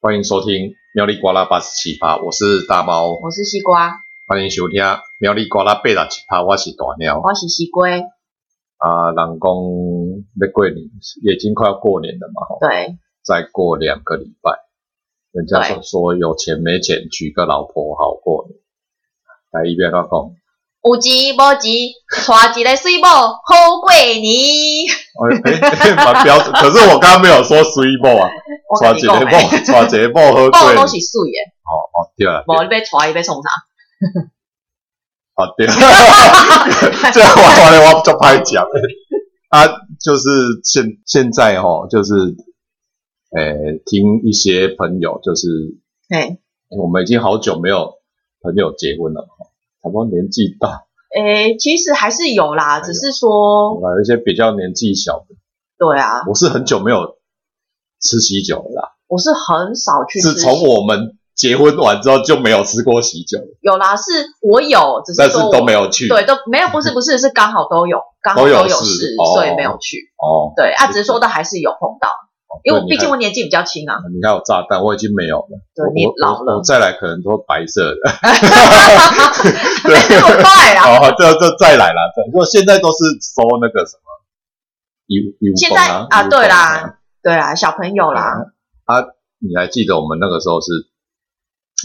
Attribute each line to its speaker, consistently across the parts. Speaker 1: 欢迎收听喵里呱啦八十七趴，我是大猫。
Speaker 2: 我是西瓜，
Speaker 1: 欢迎收听喵里呱啦八十七趴，我是大鸟。
Speaker 2: 我是西龟，
Speaker 1: 啊，人讲要过年，已经快要过年了嘛，吼，
Speaker 2: 对，
Speaker 1: 再过两个礼拜，人家
Speaker 2: 对
Speaker 1: 说说有钱没钱娶个老婆好过年。来一边乱讲，
Speaker 2: 有钱无钱，娶一个水某好过年。
Speaker 1: 哎、哎 蛮标准。可是我刚刚没有说水某啊，
Speaker 2: 我
Speaker 1: 抓
Speaker 2: 跟
Speaker 1: 一
Speaker 2: 你
Speaker 1: 个
Speaker 2: 讲
Speaker 1: 某，
Speaker 2: 诶，
Speaker 1: 抓一个某好过
Speaker 2: 某
Speaker 1: 年。
Speaker 2: 拢是水诶，
Speaker 1: 哦哦，对了，
Speaker 2: 无你要娶伊要创啥？
Speaker 1: 啊， 对，这样玩完了我就拍奖啊，就是现现在哦，就是，呃，听一些朋友，就是
Speaker 2: 嘿，
Speaker 1: 我们已经好久没有朋友结婚了哦，差不多年纪大，
Speaker 2: 诶，哎其实还是有啦，
Speaker 1: 哎有
Speaker 2: 只是说，
Speaker 1: 有一些比较年纪小的，
Speaker 2: 对啊，
Speaker 1: 我是很久没有吃喜酒了啦，
Speaker 2: 我是很少去吃。
Speaker 1: 自从我们结婚完之后就没有吃过喜酒了，
Speaker 2: 有啦，是我有，只
Speaker 1: 但
Speaker 2: 是
Speaker 1: 是
Speaker 2: 说我
Speaker 1: 都没有去，
Speaker 2: 对，都没有，不是不是，是刚好 都有，刚好
Speaker 1: 都有
Speaker 2: 有
Speaker 1: 事
Speaker 2: 事
Speaker 1: 哦，
Speaker 2: 所以没有去。
Speaker 1: 哦，
Speaker 2: 对啊，只是说都还是有碰到，
Speaker 1: 哦
Speaker 2: 因为我
Speaker 1: 对
Speaker 2: 毕竟
Speaker 1: 你
Speaker 2: 我年纪比较轻啊。
Speaker 1: 还你还有炸弹，我已经没有了，
Speaker 2: 对
Speaker 1: 我
Speaker 2: 你
Speaker 1: 我
Speaker 2: 老
Speaker 1: 我
Speaker 2: 了
Speaker 1: 我，再来可能都白色 的。
Speaker 2: 没那啊么快啦。
Speaker 1: 哦，这这再来啦，这就现在都是收那个什么义义务
Speaker 2: 现
Speaker 1: 工
Speaker 2: 在
Speaker 1: 啊，
Speaker 2: 啊
Speaker 1: 义务
Speaker 2: 对
Speaker 1: 工
Speaker 2: 啦
Speaker 1: 啊，
Speaker 2: 对啦，小朋友啦，
Speaker 1: 你还记得我们那个时候是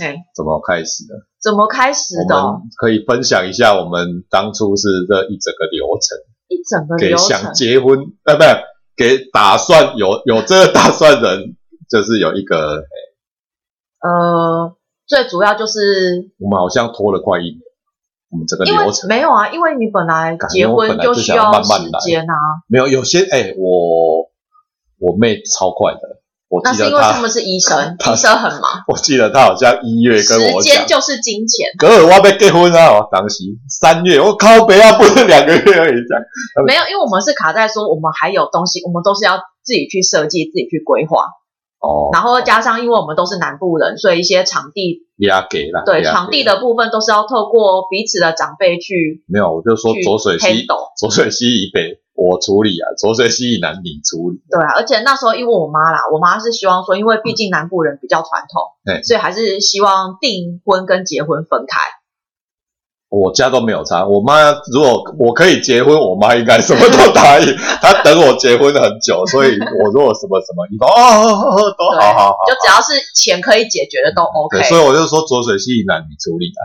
Speaker 2: 哎，
Speaker 1: 怎么开始的？
Speaker 2: 怎么开始的
Speaker 1: 我
Speaker 2: 哦？
Speaker 1: 们可以分享一下我们当初是这一整个流程，
Speaker 2: 一整个
Speaker 1: 给
Speaker 2: 流
Speaker 1: 想
Speaker 2: 程，
Speaker 1: 结婚呃，不是给打算有有这个打算人，就是有一个
Speaker 2: 呃，最主要就是
Speaker 1: 我们好像拖了快一年，我们整个
Speaker 2: 因为
Speaker 1: 流程
Speaker 2: 没有啊，因为你本来
Speaker 1: 感觉
Speaker 2: 结
Speaker 1: 我
Speaker 2: 婚
Speaker 1: 本来就
Speaker 2: 需
Speaker 1: 想要
Speaker 2: 要
Speaker 1: 慢慢
Speaker 2: 时
Speaker 1: 来
Speaker 2: 间啊，
Speaker 1: 没有有些哎、我我妹超快的，我
Speaker 2: 那
Speaker 1: 记
Speaker 2: 是
Speaker 1: 得
Speaker 2: 因为他
Speaker 1: 她
Speaker 2: 们是医生，
Speaker 1: 他
Speaker 2: 医生很忙，
Speaker 1: 我记得她好像一月 跟我
Speaker 2: 时
Speaker 1: 讲
Speaker 2: 间。就是金钱。
Speaker 1: 可是我要被结婚啊！我当时三月，我靠北啊，不是两个月而已这样。他们
Speaker 2: 没有，因为我们是卡在说我们还有东西，我们都是要自己去设计、自己去规划，
Speaker 1: 哦，
Speaker 2: 然后加上因为我们都是南部人，所以一些场地
Speaker 1: 压给啦，
Speaker 2: 对
Speaker 1: 压给
Speaker 2: 场地的部分都是要透过彼此的长辈去
Speaker 1: 没有，我就说
Speaker 2: 去
Speaker 1: 浊水溪，
Speaker 2: handle。
Speaker 1: 浊水溪以北我处理啊，浊水溪以南你处理。
Speaker 2: 对啊，而且那时候因为我妈啦，我妈是希望说，因为毕竟南部人比较传统，
Speaker 1: 嗯对
Speaker 2: 所以还是希望订婚跟结婚分开。
Speaker 1: 我家都没有差，我妈如果我可以结婚，我妈应该什么都答应。她等我结婚很久，所以我如果什么什么，你都哦哦哦哦都
Speaker 2: 对
Speaker 1: 好好好。
Speaker 2: 就只要是钱可以解决的都 OK
Speaker 1: 对，。所以我就说浊水溪以南你处理啊。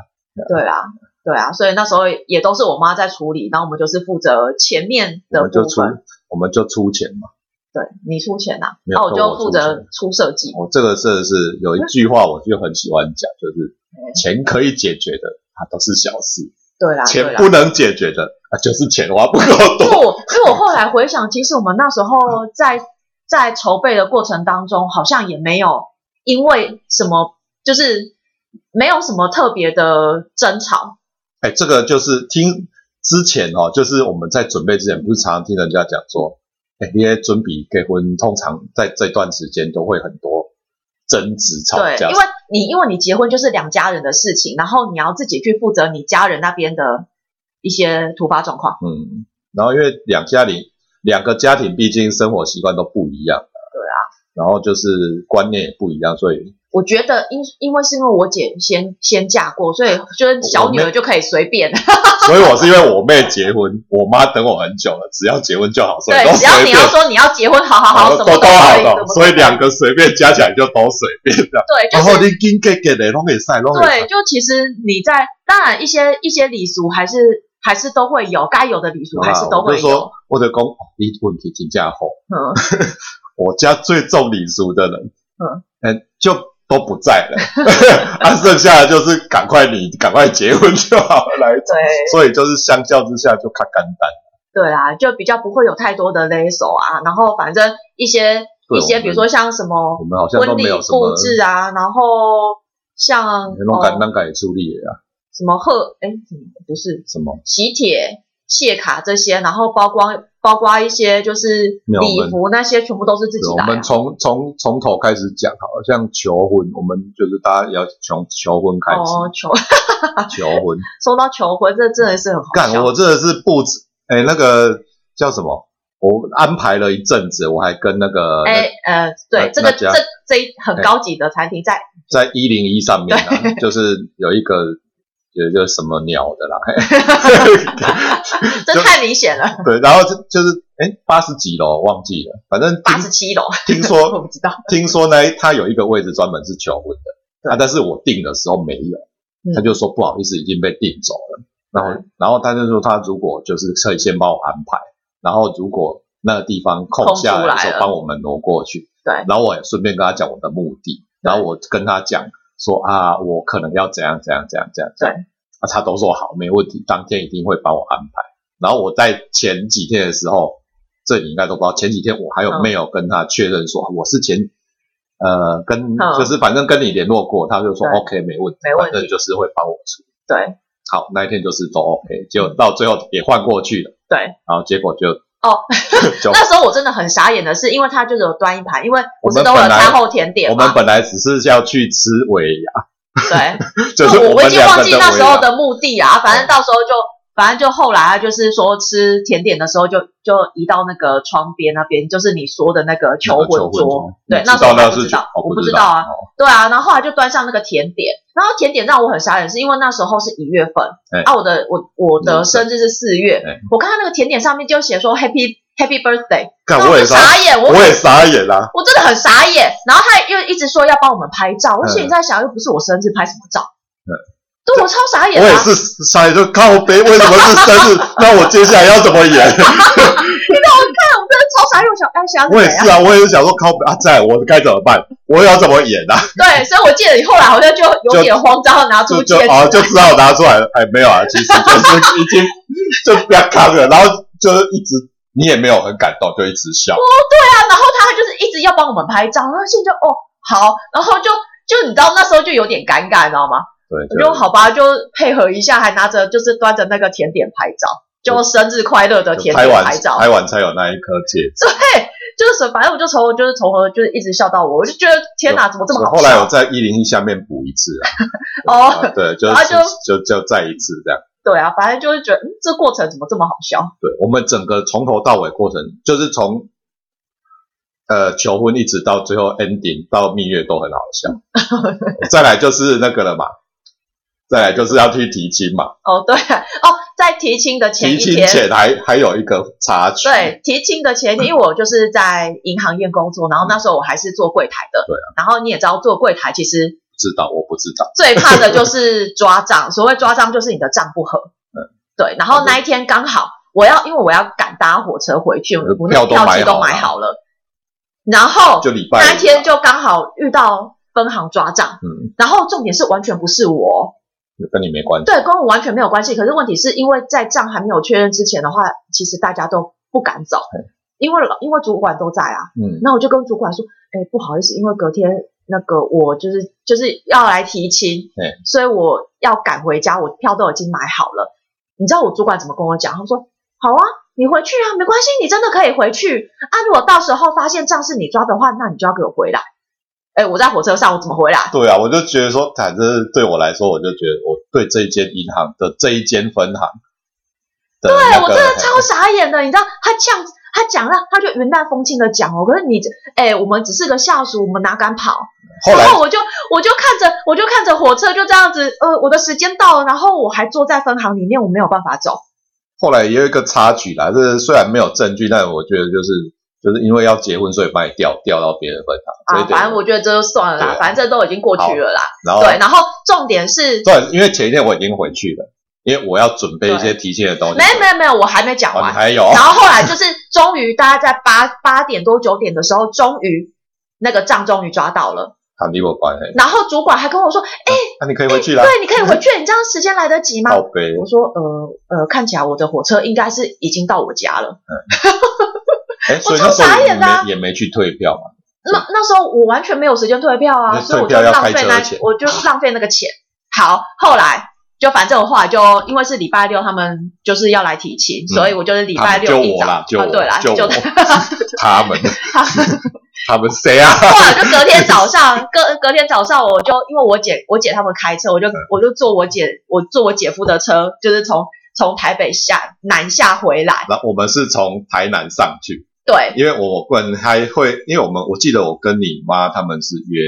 Speaker 2: 对啊，对啊，所以那时候也都是我妈在处理，然后我们就是负责前面
Speaker 1: 我
Speaker 2: 的
Speaker 1: 们就
Speaker 2: 部
Speaker 1: 出
Speaker 2: 分。，
Speaker 1: 我们就出钱嘛。
Speaker 2: 对你出钱呐、
Speaker 1: 没有
Speaker 2: 然后我
Speaker 1: 都我
Speaker 2: 就负责出设计。
Speaker 1: 我这个真的是有一句话，我就很喜欢讲，就是
Speaker 2: 嗯
Speaker 1: 钱可以解决的，它都是小事；
Speaker 2: 对啊啦，对
Speaker 1: 钱
Speaker 2: 啦。
Speaker 1: 不能解决的，啊，就是钱花不够
Speaker 2: 因为
Speaker 1: 多。
Speaker 2: 我因为我后来回想，其实我们那时候
Speaker 1: 嗯
Speaker 2: 在在筹备的过程当中，好像也没有因为什么，就是没有什么特别的争吵。
Speaker 1: 哎，这个就是听之前哦，就是我们在准备之前，不是常常听人家讲说，哎，你也准备结婚，通常在这段时间都会很多争执吵
Speaker 2: 对，
Speaker 1: 架
Speaker 2: 因。为你因为你结婚就是两家人的事情，然后你要自己去负责你家人那边的一些突发状况。
Speaker 1: 嗯，然后因为两家庭两个家庭毕竟生活习惯都不一样，
Speaker 2: 对
Speaker 1: 啊，然后就是观念也不一样，所以
Speaker 2: 我觉得因因为是因为我姐先先嫁过，所以就是小女
Speaker 1: 我
Speaker 2: 儿就可以随便，
Speaker 1: 所以我是因为我妹结婚，我妈等我很久了，只要结婚就好，所以都，
Speaker 2: 对 只要
Speaker 1: 随
Speaker 2: 你
Speaker 1: 便
Speaker 2: 要，说你要结婚，好好好，
Speaker 1: 好
Speaker 2: 什
Speaker 1: 都
Speaker 2: 么
Speaker 1: 都好
Speaker 2: 可以，什
Speaker 1: 的
Speaker 2: 么，都
Speaker 1: 所以
Speaker 2: 可
Speaker 1: 两个随便加起来就都随便这样。
Speaker 2: 对，就
Speaker 1: 然
Speaker 2: 是
Speaker 1: 后你紧给给的，拢给晒，拢给
Speaker 2: 对，就其实你在当然一些一些礼俗还是还是都会有，该有的礼俗还是都
Speaker 1: 我
Speaker 2: 会
Speaker 1: 就
Speaker 2: 有
Speaker 1: 说。，我就讲，哦你问题真正好，
Speaker 2: 嗯，
Speaker 1: 我家最重礼俗的人，
Speaker 2: 嗯
Speaker 1: 嗯，就都不在了， 啊，剩下的就是赶快你赶快结婚就好了。来，
Speaker 2: 对
Speaker 1: 所以就是相较之下就看干单。
Speaker 2: 对啦，就比较不会有太多的勒索啊。然后反正一些
Speaker 1: 对
Speaker 2: 一些，
Speaker 1: 我们
Speaker 2: 比如说像什
Speaker 1: 我
Speaker 2: 么
Speaker 1: 们好像都
Speaker 2: 婚
Speaker 1: 没
Speaker 2: 礼
Speaker 1: 有什么
Speaker 2: 布，置啊，然后像
Speaker 1: 弄干
Speaker 2: 哦
Speaker 1: 单改处理的啊，
Speaker 2: 什么贺哎什么不是
Speaker 1: 什么。
Speaker 2: 喜帖。谢卡这些，然后包括包括一些就是
Speaker 1: 没有我
Speaker 2: 礼
Speaker 1: 们
Speaker 2: 服那些，全部都是自己
Speaker 1: 对，我
Speaker 2: 来、啊
Speaker 1: 们。从从从头开始讲，好像求婚，我们就是大家要从求婚开始，
Speaker 2: 哦，求
Speaker 1: 求婚。
Speaker 2: 说到求婚，这真的是很好
Speaker 1: 干，
Speaker 2: 笑。
Speaker 1: 我真的是不止，哎，那个叫什么？我安排了一阵子，我还跟那个
Speaker 2: 哎呃，
Speaker 1: 那
Speaker 2: 对，这个
Speaker 1: 那家哎
Speaker 2: 这这一很高级的餐厅在
Speaker 1: 在一零一上面啊， 就是有一个有一个什么鸟的啦，
Speaker 2: 这太明显了，
Speaker 1: 对，然后就就是哎八十几楼忘记了，反正
Speaker 2: 八
Speaker 1: 听
Speaker 2: 十七楼，
Speaker 1: 听
Speaker 2: 我
Speaker 1: 说
Speaker 2: 不知道，
Speaker 1: 听说呢，他有一个位置专门是求婚的，啊，但是我订的时候没有，
Speaker 2: 嗯
Speaker 1: 他就说不好意思已经被订走了，然后然后他就说他如果就是可以先帮我安排，然后如果那个地方空下来的时
Speaker 2: 空出来
Speaker 1: 候
Speaker 2: 了
Speaker 1: 帮我们挪过去，
Speaker 2: 对，
Speaker 1: 然后我也顺便跟他讲我的目的，然后我跟他讲说啊，我可能要怎样怎样怎样怎样，
Speaker 2: 对
Speaker 1: 啊，他都说好，没问题，当天一定会帮我安排。然后我在前几天的时候，这你应该都不知道，前几天我还有
Speaker 2: 嗯
Speaker 1: 没有跟他确认说、啊我是前呃跟、
Speaker 2: 嗯
Speaker 1: 就是反正跟你联络过，他就说
Speaker 2: 对
Speaker 1: OK 没问题，
Speaker 2: 没问
Speaker 1: 反
Speaker 2: 题
Speaker 1: 正就是会帮我出。
Speaker 2: 对
Speaker 1: 好，那一天就是都 OK，结果到最后也换过去了，
Speaker 2: 对。
Speaker 1: 然后结果就
Speaker 2: 哦，
Speaker 1: 就
Speaker 2: 那时候我真的很傻眼的是，因为他就是有端一盘，因为
Speaker 1: 我
Speaker 2: 不
Speaker 1: 们
Speaker 2: 是都有
Speaker 1: 本来
Speaker 2: 餐后甜点
Speaker 1: 我们
Speaker 2: 嘛，
Speaker 1: 本来只是要去吃尾牙，
Speaker 2: 对，
Speaker 1: 就是
Speaker 2: 哦我
Speaker 1: 们
Speaker 2: 已经
Speaker 1: 两
Speaker 2: 忘
Speaker 1: 个
Speaker 2: 记
Speaker 1: 的
Speaker 2: 那
Speaker 1: 尾
Speaker 2: 时候
Speaker 1: 牙
Speaker 2: 的目的啊，反
Speaker 1: 嗯
Speaker 2: 正到时候就，反正就后来啊，就是说吃甜点的时候就就移到那个窗边那边，就是你说的那个求
Speaker 1: 那个求
Speaker 2: 婚
Speaker 1: 婚
Speaker 2: 桌
Speaker 1: 桌。嗯
Speaker 2: 对
Speaker 1: 你，
Speaker 2: 那
Speaker 1: 知
Speaker 2: 时候
Speaker 1: 道
Speaker 2: 我还
Speaker 1: 那
Speaker 2: 不
Speaker 1: 是
Speaker 2: 知道
Speaker 1: 酒，我
Speaker 2: 我
Speaker 1: 不
Speaker 2: 不
Speaker 1: 知
Speaker 2: 知
Speaker 1: 道
Speaker 2: 道啊
Speaker 1: 哦。
Speaker 2: 对啊，然后后来就端上那个甜点，然后甜点让我很傻眼，是因为那时候是一月份
Speaker 1: 哎，嗯
Speaker 2: 啊，我的我我的生日是四月
Speaker 1: 哎，
Speaker 2: 我看到那个甜点上面就写说 Happy Happy Birthday，
Speaker 1: 看
Speaker 2: 那
Speaker 1: 我
Speaker 2: 我
Speaker 1: 也
Speaker 2: 就
Speaker 1: 傻，
Speaker 2: 傻眼，我
Speaker 1: 我也傻眼啊啦、
Speaker 2: 我真的很傻眼。然后他又一直说要帮我们拍照，我心里在想，又不是我生日，拍什么照
Speaker 1: 嗯？
Speaker 2: 对，我超傻
Speaker 1: 我
Speaker 2: 眼的
Speaker 1: 也
Speaker 2: 啊。
Speaker 1: 是傻眼，就靠背，为什么是生 日？那我接下来要怎么演？
Speaker 2: 看，我真的超傻眼，我想，哎，想
Speaker 1: 我也
Speaker 2: 怎样？
Speaker 1: 是啊，我也是想说靠背啊，在我该怎么办？我要怎么演啊？
Speaker 2: 对，所以我记得你后来好像就有点慌张，拿出
Speaker 1: 就就
Speaker 2: 戒指
Speaker 1: 啊，
Speaker 2: 来，
Speaker 1: 就只好拿出来了。哎，没有啊，其实就是 已经就比较扛了，然后就是一直你也没有很感动，就一直笑。
Speaker 2: 然后他就是一直要帮我们拍照，然后现在就哦好，然后就就你知道那时候就有点尴尬，你知道吗？
Speaker 1: 对，
Speaker 2: 我
Speaker 1: 就
Speaker 2: 就好吧，就配合一下，还拿着就是端着那个甜点拍照，就生日快乐的
Speaker 1: 就
Speaker 2: 甜
Speaker 1: 拍
Speaker 2: 点
Speaker 1: 完
Speaker 2: 拍照，
Speaker 1: 拍完才有那一颗戒指。
Speaker 2: 对，就是反正我就从就是从何就是一直笑到我，我就觉得天哪，怎么这么好
Speaker 1: 后来我
Speaker 2: 笑？
Speaker 1: 在一零一下面补一次啊。
Speaker 2: 哦，
Speaker 1: 啊，对，就
Speaker 2: 然后
Speaker 1: 就就再一次这样。
Speaker 2: 对啊，反正就是觉得嗯，这过程怎么这么好笑？
Speaker 1: 对，我们整个从头到尾过程，就是从呃求婚一直到最后 ending 到蜜月都很好笑。 再来就是那个了嘛，再来就是要去提亲嘛，
Speaker 2: 哦，对啊哦，在提亲的前
Speaker 1: 提
Speaker 2: 一
Speaker 1: 亲
Speaker 2: 天，
Speaker 1: 前还还有一个插曲，
Speaker 2: 对，提亲的前一天，因为我就是在银行业工作，然后那时候我还是做柜台的，
Speaker 1: 对
Speaker 2: 啊，然后你也知道做柜台其实
Speaker 1: 不知道我不知道，
Speaker 2: 最怕的就是抓账，所谓抓账就是你的账不合，
Speaker 1: 嗯
Speaker 2: 对，然后那一天刚好我要因为我要赶搭火车回去，
Speaker 1: 嗯
Speaker 2: 我那
Speaker 1: 票
Speaker 2: 个
Speaker 1: 都
Speaker 2: 票
Speaker 1: 买
Speaker 2: 期都
Speaker 1: 好了
Speaker 2: 买好了，然后
Speaker 1: 就礼拜五
Speaker 2: 那一天就刚好遇到分行抓账，
Speaker 1: 嗯，
Speaker 2: 然后重点是完全不是我哦。
Speaker 1: 跟你没关系，
Speaker 2: 对，跟我完全没有关系。可是问题是因为在账还没有确认之前的话，其实大家都不敢走
Speaker 1: 对，
Speaker 2: 因为因为主管都在啊。
Speaker 1: 嗯，
Speaker 2: 那我就跟主管说，哎，不好意思，因为隔天那个我就是就是要来提亲
Speaker 1: 对，
Speaker 2: 所以我要赶回家，我票都已经买好了。你知道我主管怎么跟我讲？他说，好啊。你回去啊，没关系，你真的可以回去啊。如果到时候发现账是你抓的话，那你就要给我回来。哎，我在火车上，我怎么回来？
Speaker 1: 对啊，我就觉得说，反正对我来说，我就觉得我对这一间银行的这一间分行的、那
Speaker 2: 对
Speaker 1: 个，
Speaker 2: 哎我真的超傻眼的，你知道他这样子，他讲了，他就云淡风轻的讲哦，可是你这，哎、我们只是个下属，我们哪敢跑？
Speaker 1: 后哦来
Speaker 2: 然后我就我就看着我就看着火车就这样子，呃，我的时间到了，然后我还坐在分行里面，我没有办法走。
Speaker 1: 后来也有一个插曲啦，这虽然没有证据，但我觉得就是就是因为要结婚，所以把你调调到别人分行。
Speaker 2: 啊，
Speaker 1: 所以得
Speaker 2: 反正我觉得这就算了
Speaker 1: 对
Speaker 2: 啦
Speaker 1: 啊，
Speaker 2: 反正这都已经过去了啦。
Speaker 1: 然后
Speaker 2: 对，然后重点是，
Speaker 1: 对，因为前一天我已经回去了，因为我要准备一些提现的东西。
Speaker 2: 没没没有，我还没讲
Speaker 1: 哦，
Speaker 2: 完
Speaker 1: 你。还有
Speaker 2: 然后后来就是，终于大家在八八点多九点的时候，终于那个账终于抓到了。
Speaker 1: 他离我关系，
Speaker 2: 然后主管还跟我说：“哎、
Speaker 1: 那、啊你可以回去啦。嗯
Speaker 2: 对，你可以回去，你这样时间来得及吗？
Speaker 1: 靠背，
Speaker 2: 我说，呃呃，看起来我的火车应该是已经到我家了。
Speaker 1: 哎，所以那
Speaker 2: 超
Speaker 1: 时候
Speaker 2: 傻
Speaker 1: 你
Speaker 2: 眼的啊
Speaker 1: 没也没去退票嘛，
Speaker 2: 那那时候我完全没有时间退票啊，
Speaker 1: 那
Speaker 2: 所以我
Speaker 1: 退
Speaker 2: 就
Speaker 1: 票要
Speaker 2: 浪
Speaker 1: 开
Speaker 2: 费
Speaker 1: 折
Speaker 2: 那
Speaker 1: 钱，
Speaker 2: 我就浪费那个钱。好，后来就反正我后来就因为是礼拜六，他们就是要来提亲，所以我就是礼
Speaker 1: 嗯他
Speaker 2: 拜
Speaker 1: 们就
Speaker 2: 六一
Speaker 1: 我
Speaker 2: 早，
Speaker 1: 啦，就
Speaker 2: 啊
Speaker 1: 我，
Speaker 2: 对啦，
Speaker 1: 就
Speaker 2: 就
Speaker 1: 我，他们， 他们谁啊？
Speaker 2: 后来就隔天早上，隔隔天早上我
Speaker 1: 嗯
Speaker 2: 就因为我姐我姐他们开车，我就我就坐我姐我坐我姐夫的车，就是从从台北下南下回来，
Speaker 1: 那我们是从台南上去，
Speaker 2: 对，
Speaker 1: 因为我们还会，因为我们我记得我跟你妈他们是约，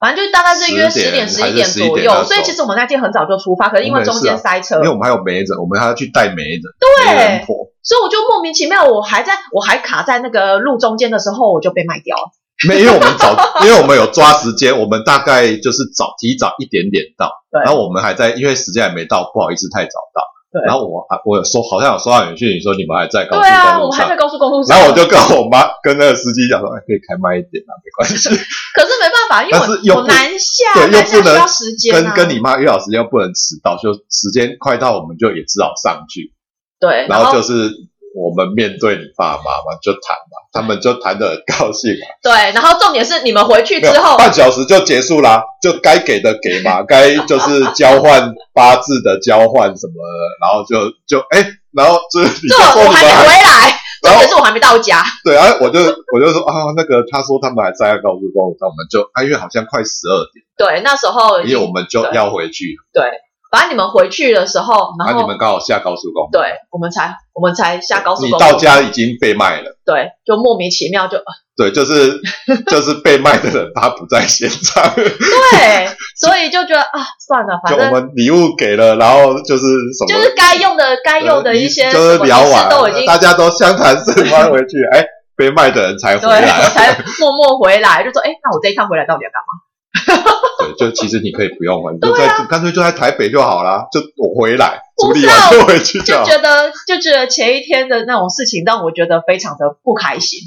Speaker 2: 反正就大概是约十
Speaker 1: 10
Speaker 2: 点
Speaker 1: 点
Speaker 2: 十一
Speaker 1: 还是11
Speaker 2: 左
Speaker 1: 点
Speaker 2: 右
Speaker 1: 那时，候
Speaker 2: 所以其实我们那天很早就出发，可是因为中间塞车，
Speaker 1: 因为我们还啊有媒人，我们还要去带媒人，
Speaker 2: 呃对
Speaker 1: 媒人婆，
Speaker 2: 所以我就莫名其妙，我还在我还卡在那个路中间的时候，我就被卖掉了。
Speaker 1: 没，因为我们 早，因为我们有抓时间，我们大概就是早提早一点点到，
Speaker 2: 对
Speaker 1: 然后我们还在，因为时间还没到，不好意思太早到，
Speaker 2: 对
Speaker 1: 然后我还我有收，好像有收到你讯息说你们还在高速
Speaker 2: 对啊，
Speaker 1: 公路
Speaker 2: 我们还
Speaker 1: 上，
Speaker 2: 在高速公路
Speaker 1: 然
Speaker 2: 上，
Speaker 1: 后我就跟我妈跟那个司机讲说，哎，可以开慢一点啊，没关系，
Speaker 2: 可是没办法，因为
Speaker 1: 但是又
Speaker 2: 我
Speaker 1: 不
Speaker 2: 我南下，
Speaker 1: 对又
Speaker 2: 南下
Speaker 1: 不能
Speaker 2: 需要时间、
Speaker 1: 跟
Speaker 2: 啊，
Speaker 1: 跟你哎妈约好时间又不能迟到，就时间快到我们就也只好上去，
Speaker 2: 对，
Speaker 1: 然后就是我们面对你爸妈嘛，就谈嘛，他们就谈得很高兴嘛，
Speaker 2: 对，然后重点是你们回去
Speaker 1: 没有
Speaker 2: 之后，
Speaker 1: 半小时就结束啦，就该给的给 嘛，该就是交换八字的交换什么的，然后就就哎、然后就是你就
Speaker 2: 这
Speaker 1: 说
Speaker 2: 我
Speaker 1: 你
Speaker 2: 还
Speaker 1: 们
Speaker 2: 没回
Speaker 1: 还
Speaker 2: 来，
Speaker 1: 然
Speaker 2: 重
Speaker 1: 后
Speaker 2: 点是我还没到家，
Speaker 1: 对，哎、我就我就说啊，那个他说他们还在高速公路上，我们就啊，因为好像快十二点，
Speaker 2: 对，那时候已
Speaker 1: 因
Speaker 2: 经
Speaker 1: 为我们就要回去了，
Speaker 2: 反正你们回去的时候，然
Speaker 1: 啊，
Speaker 2: 后、
Speaker 1: 你们刚好下高速公路，
Speaker 2: 对，我们才我们才下高速
Speaker 1: 你
Speaker 2: 公路，
Speaker 1: 到家已经被卖了。
Speaker 2: 对，就莫名其妙就
Speaker 1: 对，就是 就是被卖的人他不在现场，
Speaker 2: 对，所以就觉得啊，算了，反
Speaker 1: 就
Speaker 2: 正
Speaker 1: 我们礼物给了，然后就是什么，
Speaker 2: 就是该用的该用的一些
Speaker 1: 呃就是
Speaker 2: 什么
Speaker 1: 聊
Speaker 2: 仪
Speaker 1: 完
Speaker 2: 式都已经
Speaker 1: 大家都相谈甚欢 回去，哎，被卖的人才回
Speaker 2: 对，我
Speaker 1: 来。
Speaker 2: 才默默回来，就说，哎，那我这一趟回来到底要干嘛？
Speaker 1: 对，就其实你可以不用回，你就
Speaker 2: 对啊
Speaker 1: 在干脆就在台北就好啦，就我回来处
Speaker 2: 不
Speaker 1: 理
Speaker 2: 知道
Speaker 1: 完就回去就
Speaker 2: 就
Speaker 1: 好。
Speaker 2: 觉得就觉得前一天的那种事情让我觉得非常的不开心。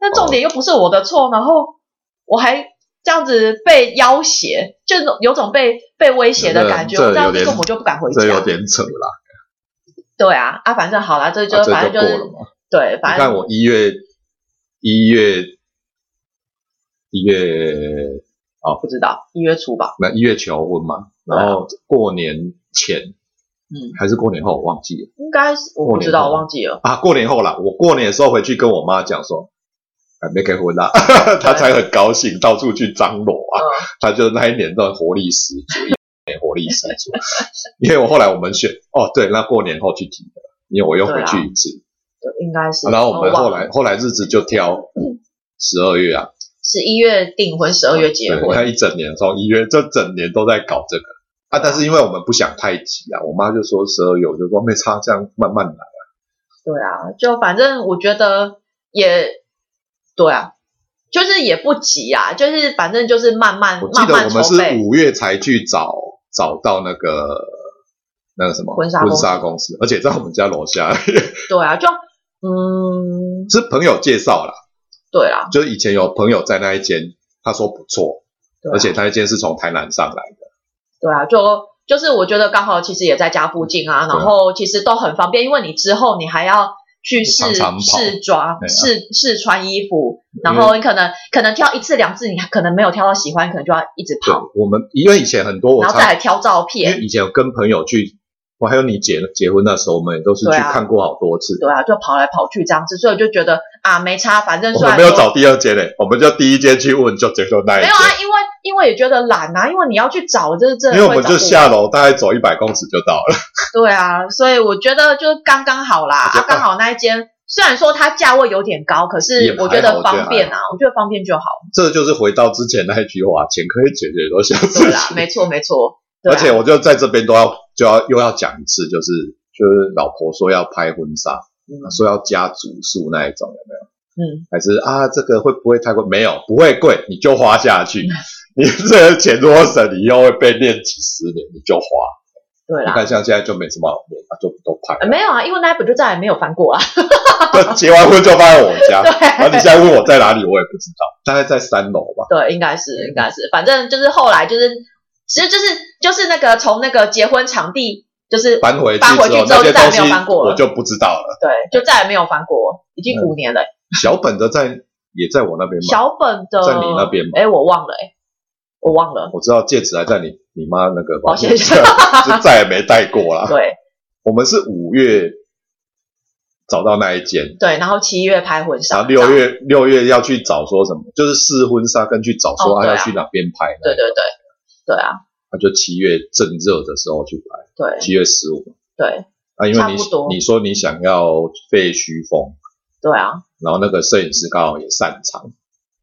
Speaker 2: 那重点又不是我的错，然后我还这样子被要挟，就有种被被威胁的感觉。
Speaker 1: 这
Speaker 2: 我
Speaker 1: 这
Speaker 2: 这样子
Speaker 1: 有点
Speaker 2: 做我就不敢回
Speaker 1: 这有
Speaker 2: 家。
Speaker 1: 点扯啦，
Speaker 2: 对啊，啊，反正好啦，这就、
Speaker 1: 啊
Speaker 2: 反
Speaker 1: 这
Speaker 2: 正
Speaker 1: 就过了
Speaker 2: 就是
Speaker 1: 嘛。
Speaker 2: 对，
Speaker 1: 你
Speaker 2: 反
Speaker 1: 看
Speaker 2: 正
Speaker 1: 我一月一月一月
Speaker 2: 不知道一月初吧。
Speaker 1: 那一月求婚嘛，然后过年前，
Speaker 2: 啊嗯，
Speaker 1: 还是过年后我忘记了
Speaker 2: 应该是我不知
Speaker 1: 过年后
Speaker 2: 道，我忘记了。
Speaker 1: 啊，过年后啦，我过年的时候回去跟我妈讲说，还没结婚啦， 她才很高兴，到处去张罗啊，
Speaker 2: 嗯
Speaker 1: 她就那一年都活力十足，一年活力十足， 因为我后来我们选哦对，那过年后去提的，因为我又回去一次，
Speaker 2: 对，应该是。
Speaker 1: 然后我们后来
Speaker 2: 忘了
Speaker 1: 后来日子就挑十二月啊，
Speaker 2: 是一月订婚，十二月嗯结
Speaker 1: 对，你
Speaker 2: 婚。
Speaker 1: 看一整年从一月，这整年都在搞这个啊。但是因为我们不想太急啊，我妈就说十二月，我就说没差，这样慢慢来。
Speaker 2: 对啊，就反正我觉得也对啊，就是也不急啊，就是反正就是慢慢
Speaker 1: 我记
Speaker 2: 慢
Speaker 1: 得
Speaker 2: 慢
Speaker 1: 我们
Speaker 2: 筹
Speaker 1: 是
Speaker 2: 备。
Speaker 1: 五月才去找找到那个那个什么
Speaker 2: 婚纱公司
Speaker 1: 公司，而且在我们家楼下，
Speaker 2: 对啊，就嗯，
Speaker 1: 是朋友介绍啦，
Speaker 2: 对啦，
Speaker 1: 就是以前有朋友在那一间，他说不错，
Speaker 2: 对啊
Speaker 1: 而且那一间是从台南上来的，
Speaker 2: 对啊，就就是我觉得刚好其实也在家附近
Speaker 1: 嗯
Speaker 2: 啊，然后其实都很方便，因为你之后你还要。去试
Speaker 1: 常常跑
Speaker 2: 试装、
Speaker 1: 对啊嗯
Speaker 2: 试试穿衣服，然后你可能可能挑一次两次，你可能没有挑到喜欢，可能就要一直
Speaker 1: 对
Speaker 2: 跑，，
Speaker 1: 我们因为以前很多我
Speaker 2: 然后再来
Speaker 1: 常
Speaker 2: 挑照
Speaker 1: 因为
Speaker 2: 片，
Speaker 1: 以前有跟朋友去。我还有你结结婚那时候，我们也都是去
Speaker 2: 对啊
Speaker 1: 看过好多次，
Speaker 2: 对啊，就跑来跑去这样子，所以我就觉得啊没差，反正
Speaker 1: 我
Speaker 2: 虽
Speaker 1: 们
Speaker 2: 然
Speaker 1: 没有
Speaker 2: 说
Speaker 1: 找第二间欸嘞，我们就第一间去问，就接受那一
Speaker 2: 没
Speaker 1: 间
Speaker 2: 有。啊，因为因为也觉得懒啊，因为你要去找，这这
Speaker 1: 因为我们就下楼，大概走一百公尺就到了。
Speaker 2: 对啊，所以我觉得就刚刚好啦，
Speaker 1: 我觉
Speaker 2: 啊
Speaker 1: 得，
Speaker 2: 刚好那一间虽然说它价位有点高，可
Speaker 1: 也
Speaker 2: 是
Speaker 1: 还
Speaker 2: 我觉得
Speaker 1: 好我觉得
Speaker 2: 方便啊，我觉得方便就好，
Speaker 1: 这就是回到之前那一句话，钱可以解决多少
Speaker 2: 对
Speaker 1: 事
Speaker 2: 啦，
Speaker 1: 情。
Speaker 2: 没错没错，对
Speaker 1: 而
Speaker 2: 啊
Speaker 1: 且我就在这边都要就要又要讲一次，就是就是老婆说要拍婚纱，
Speaker 2: 嗯
Speaker 1: 说要加组数那一种，有没有？
Speaker 2: 嗯，
Speaker 1: 还是啊，这个会不会太贵？没有，不会贵，你就花下去。
Speaker 2: 嗯
Speaker 1: 你这个钱如果省，你又会被练几十年，你就花。
Speaker 2: 对啊
Speaker 1: 你
Speaker 2: 啦。
Speaker 1: 看像现在就没什么好练，啊就都拍
Speaker 2: 呃没有啊，因为那一本就再也没有翻过啊。
Speaker 1: 了，就结完婚就放在我家。然后啊你
Speaker 2: 对
Speaker 1: 现在问我在哪里，我也不知道，大概在三楼吧。
Speaker 2: 对，应该是应该是，反正就是后来就是，其实就是就是那个从那个结婚场地就是
Speaker 1: 搬回去
Speaker 2: 搬回去之
Speaker 1: 那
Speaker 2: 后
Speaker 1: 些东
Speaker 2: 就再也没
Speaker 1: 西
Speaker 2: 有搬过了
Speaker 1: 我就不知道了。
Speaker 2: 对，就再也没有翻过，已经
Speaker 1: 嗯
Speaker 2: 五年了。
Speaker 1: 小本的在也在我那边嘛，
Speaker 2: 小本的
Speaker 1: 在你那边吗
Speaker 2: 哎，我忘了哎，我忘了。
Speaker 1: 我知道戒指还在你你妈那个
Speaker 2: 保险箱
Speaker 1: 就再也没带过啦。
Speaker 2: 对
Speaker 1: 我们是五月找到那一间，
Speaker 2: 对，然后七月拍婚纱，
Speaker 1: 然后六，月六月要去找说什么，就是试婚纱跟去找说
Speaker 2: 哦
Speaker 1: 他
Speaker 2: 对啊
Speaker 1: 要去哪边拍
Speaker 2: 对
Speaker 1: 呢，
Speaker 2: 对对，对啊，
Speaker 1: 那就七月正热的时候去拍，
Speaker 2: 对
Speaker 1: 七月十五。
Speaker 2: 对，
Speaker 1: 啊，因为
Speaker 2: 差不多
Speaker 1: 你你说你想要废墟风，
Speaker 2: 对啊，
Speaker 1: 然后那个摄影师刚好也擅长，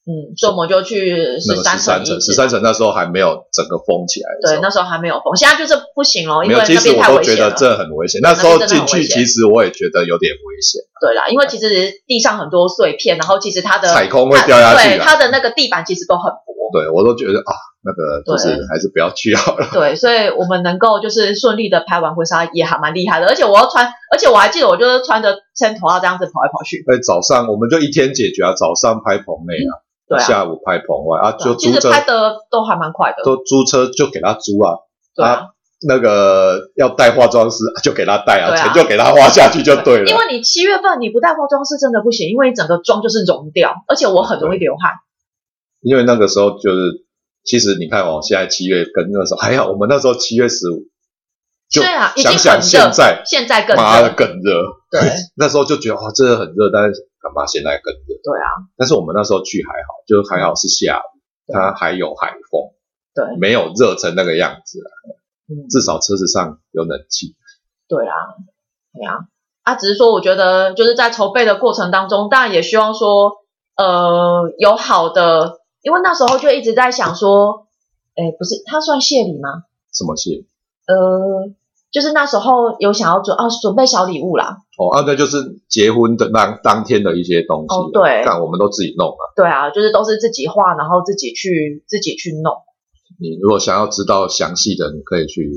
Speaker 2: 嗯，所以我们就去
Speaker 1: 那
Speaker 2: 十
Speaker 1: 个
Speaker 2: 三
Speaker 1: 十三
Speaker 2: 层
Speaker 1: 层，
Speaker 2: 啊遗
Speaker 1: 十
Speaker 2: 址
Speaker 1: 三层那时候还没有整个封起来的时
Speaker 2: 对，
Speaker 1: 候，
Speaker 2: 那时候还没有封，现在就是不行哦了，因
Speaker 1: 没
Speaker 2: 为
Speaker 1: 有，其
Speaker 2: 那
Speaker 1: 实
Speaker 2: 边
Speaker 1: 我
Speaker 2: 太
Speaker 1: 都
Speaker 2: 危
Speaker 1: 觉
Speaker 2: 险
Speaker 1: 得
Speaker 2: 了。
Speaker 1: 这很危险。
Speaker 2: 那
Speaker 1: 那时候
Speaker 2: 边真的
Speaker 1: 进
Speaker 2: 很危
Speaker 1: 去，
Speaker 2: 险
Speaker 1: 其实我也觉得有点危险。
Speaker 2: 对啦，因为其实地上很多碎片，然后其实它的
Speaker 1: 踩空会掉下去啊
Speaker 2: 对，它的那个地板其实都很薄，
Speaker 1: 对我都觉得啊，那个就是
Speaker 2: 对
Speaker 1: 还是不要去好了。
Speaker 2: 对，所以我们能够就是顺利的拍完婚纱也还蛮厉害的，而且我要穿，而且我还记得我就是穿着千头啊这样子跑来跑去，
Speaker 1: 哎，早上我们就一天解决啊，早上拍棚内啊，
Speaker 2: 对啊，
Speaker 1: 下午拍棚外啊，
Speaker 2: 对
Speaker 1: 就
Speaker 2: 啊其
Speaker 1: 租
Speaker 2: 实
Speaker 1: 车
Speaker 2: 拍的都还蛮快的，
Speaker 1: 都租车就给他租啊，
Speaker 2: 对啊。
Speaker 1: 啊那个要带化妆师啊就给他带啊，
Speaker 2: 对啊
Speaker 1: 钱就给他花下去就对
Speaker 2: 因
Speaker 1: 了。
Speaker 2: 为你七月份你不带化妆是真的不行，因为你整个妆就是融掉，而且我很容易流汗。
Speaker 1: 因为那个时候就是，其实你看哦，现在七月跟那时候还好，我们那时候七月十五，就
Speaker 2: 对啊已经
Speaker 1: 想想
Speaker 2: 很
Speaker 1: 现
Speaker 2: 热
Speaker 1: 在，
Speaker 2: 现在更
Speaker 1: 妈的
Speaker 2: 热，
Speaker 1: 更热。
Speaker 2: 对
Speaker 1: 那时候就觉得哇，真的很热，但是干嘛现在更热？
Speaker 2: 对啊，
Speaker 1: 但是我们那时候去还好，就是还好是下午，
Speaker 2: 对
Speaker 1: 它还有海风，
Speaker 2: 对，
Speaker 1: 没有热成那个样子了。
Speaker 2: 嗯，
Speaker 1: 至少车子上有冷气。
Speaker 2: 对啊，对啊。啊，只是说我觉得就是在筹备的过程当中，当然也希望说，呃，有好的，因为那时候就一直在想说，哎，不是，他算谢礼吗？
Speaker 1: 什么戏？
Speaker 2: 呃，就是那时候有想要准啊准备小礼物啦，
Speaker 1: 哦，啊，那就是结婚的那当天的一些东西。啊
Speaker 2: 哦对
Speaker 1: 但我们都自己弄啊。
Speaker 2: 对啊，就是都是自己画，然后自己去自己去弄。
Speaker 1: 你如果想要知道详细的，你可以去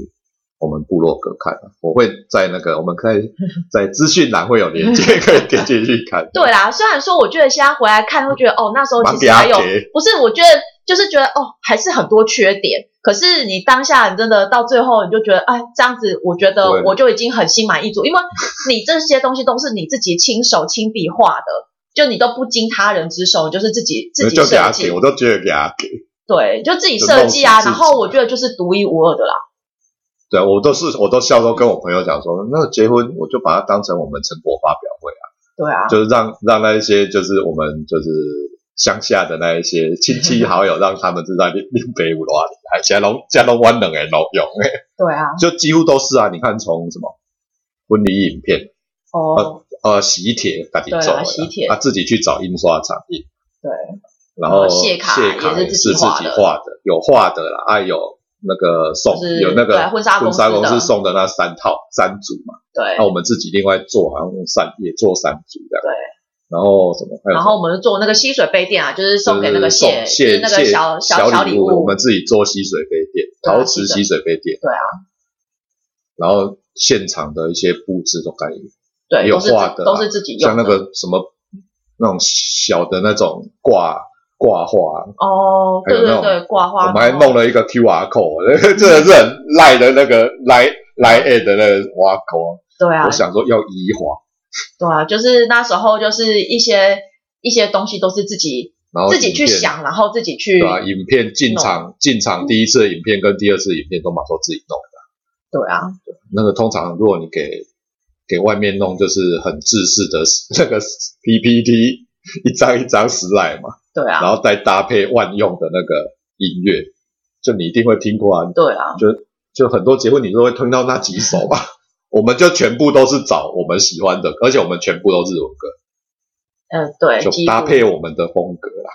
Speaker 1: 我们部落格看啊。我会在那个我们可以在资讯栏会有链接， 可以点进去看。
Speaker 2: 对啦，虽然说我觉得现在回来看，会觉得哦，那时候
Speaker 1: 蛮
Speaker 2: 其实还有
Speaker 1: 给他给
Speaker 2: 不是，我觉得就是觉得哦，还是很多缺点。可是你当下你真的到最后，你就觉得哎，这样子，我觉得
Speaker 1: 对
Speaker 2: 我就已经很心满意足，因为你这些东西都是你自己亲手亲笔画的，就你都不经他人之手，就是自己自己
Speaker 1: 就给
Speaker 2: 设
Speaker 1: 他
Speaker 2: 计
Speaker 1: 给，，我都觉得给他给。
Speaker 2: 对，就自己
Speaker 1: 就
Speaker 2: 设
Speaker 1: 弄
Speaker 2: 计
Speaker 1: 死
Speaker 2: 啊。
Speaker 1: 自
Speaker 2: 然
Speaker 1: 己
Speaker 2: 后我觉得就是独一无二的啦，
Speaker 1: 对，啊我都是我都笑都跟我朋友讲说，那结婚我就把它当成我们成果发表会啊，
Speaker 2: 对啊，
Speaker 1: 就是让让那一些就是我们就是乡下的那一些亲戚好友，让他们知道你你北五罗啊，还加龙加龙湾人哎龙勇哎，
Speaker 2: 对啊，
Speaker 1: 就几乎都是啊。你看从什么婚礼影片，
Speaker 2: 哦，
Speaker 1: 呃，喜帖自己做的
Speaker 2: 对
Speaker 1: 啦，
Speaker 2: 啊喜帖
Speaker 1: 啊自己去找印刷厂印，
Speaker 2: 对，
Speaker 1: 然后
Speaker 2: 然后谢卡
Speaker 1: 谢卡
Speaker 2: 也
Speaker 1: 也
Speaker 2: 是
Speaker 1: 是
Speaker 2: 自
Speaker 1: 自
Speaker 2: 己
Speaker 1: 己
Speaker 2: 画的
Speaker 1: 画的，有画的啦，啊有那个送
Speaker 2: 就是
Speaker 1: 有那
Speaker 2: 对
Speaker 1: 个
Speaker 2: 婚纱公
Speaker 1: 婚
Speaker 2: 司的
Speaker 1: 纱公司送的那三套三组嘛。
Speaker 2: 对
Speaker 1: 那、。我们自己另外做，好像三也做三组这样。
Speaker 2: 对。
Speaker 1: 然后什么？还有
Speaker 2: 然
Speaker 1: 什么
Speaker 2: 后我们就做那个吸水杯垫啊，就是送给那个
Speaker 1: 就是
Speaker 2: 谢，
Speaker 1: 送
Speaker 2: 就是
Speaker 1: 谢
Speaker 2: 那个
Speaker 1: 谢
Speaker 2: 小
Speaker 1: 小
Speaker 2: 小
Speaker 1: 礼
Speaker 2: 物，
Speaker 1: 我们自己做吸水杯垫，
Speaker 2: 对啊
Speaker 1: 陶瓷吸水杯垫。
Speaker 2: 对啊。
Speaker 1: 然后现场的一些布置都可以，
Speaker 2: 对，
Speaker 1: 也有
Speaker 2: 都是自
Speaker 1: 画的啊
Speaker 2: 都是自己用
Speaker 1: 像
Speaker 2: 的。
Speaker 1: 那个什么那种小的那种挂挂画，
Speaker 2: 哦，对
Speaker 1: 还有那
Speaker 2: 对
Speaker 1: 种
Speaker 2: 对，挂画，
Speaker 1: 我们还弄了一个 QR code，真 的是很赖的那个赖赖 A 的那个 QR code。
Speaker 2: 对啊
Speaker 1: 我，想说要移花，
Speaker 2: 对啊，就是那时候就是一些一些东西都是自己
Speaker 1: 然后
Speaker 2: 自己
Speaker 1: 影
Speaker 2: 去
Speaker 1: 片
Speaker 2: 想，然后自己去
Speaker 1: 对啊，影片进场进场第一次的影片跟第二次的影片都马上自己弄。
Speaker 2: 对啊，
Speaker 1: 那个通常如果你给给外面弄，就是很制式的 那个 PPT，一张一张十来嘛，
Speaker 2: 对啊，
Speaker 1: 然后再搭配万用的那个音乐，就你一定会听过啊，
Speaker 2: 对啊，
Speaker 1: 就很多结婚你都会听到那几首吧。 我们就全部都是找我们喜欢的，而且我们全部都是日文歌，
Speaker 2: 嗯，对，
Speaker 1: 就
Speaker 2: 几
Speaker 1: 搭
Speaker 2: 乎
Speaker 1: 配我们的风格啦。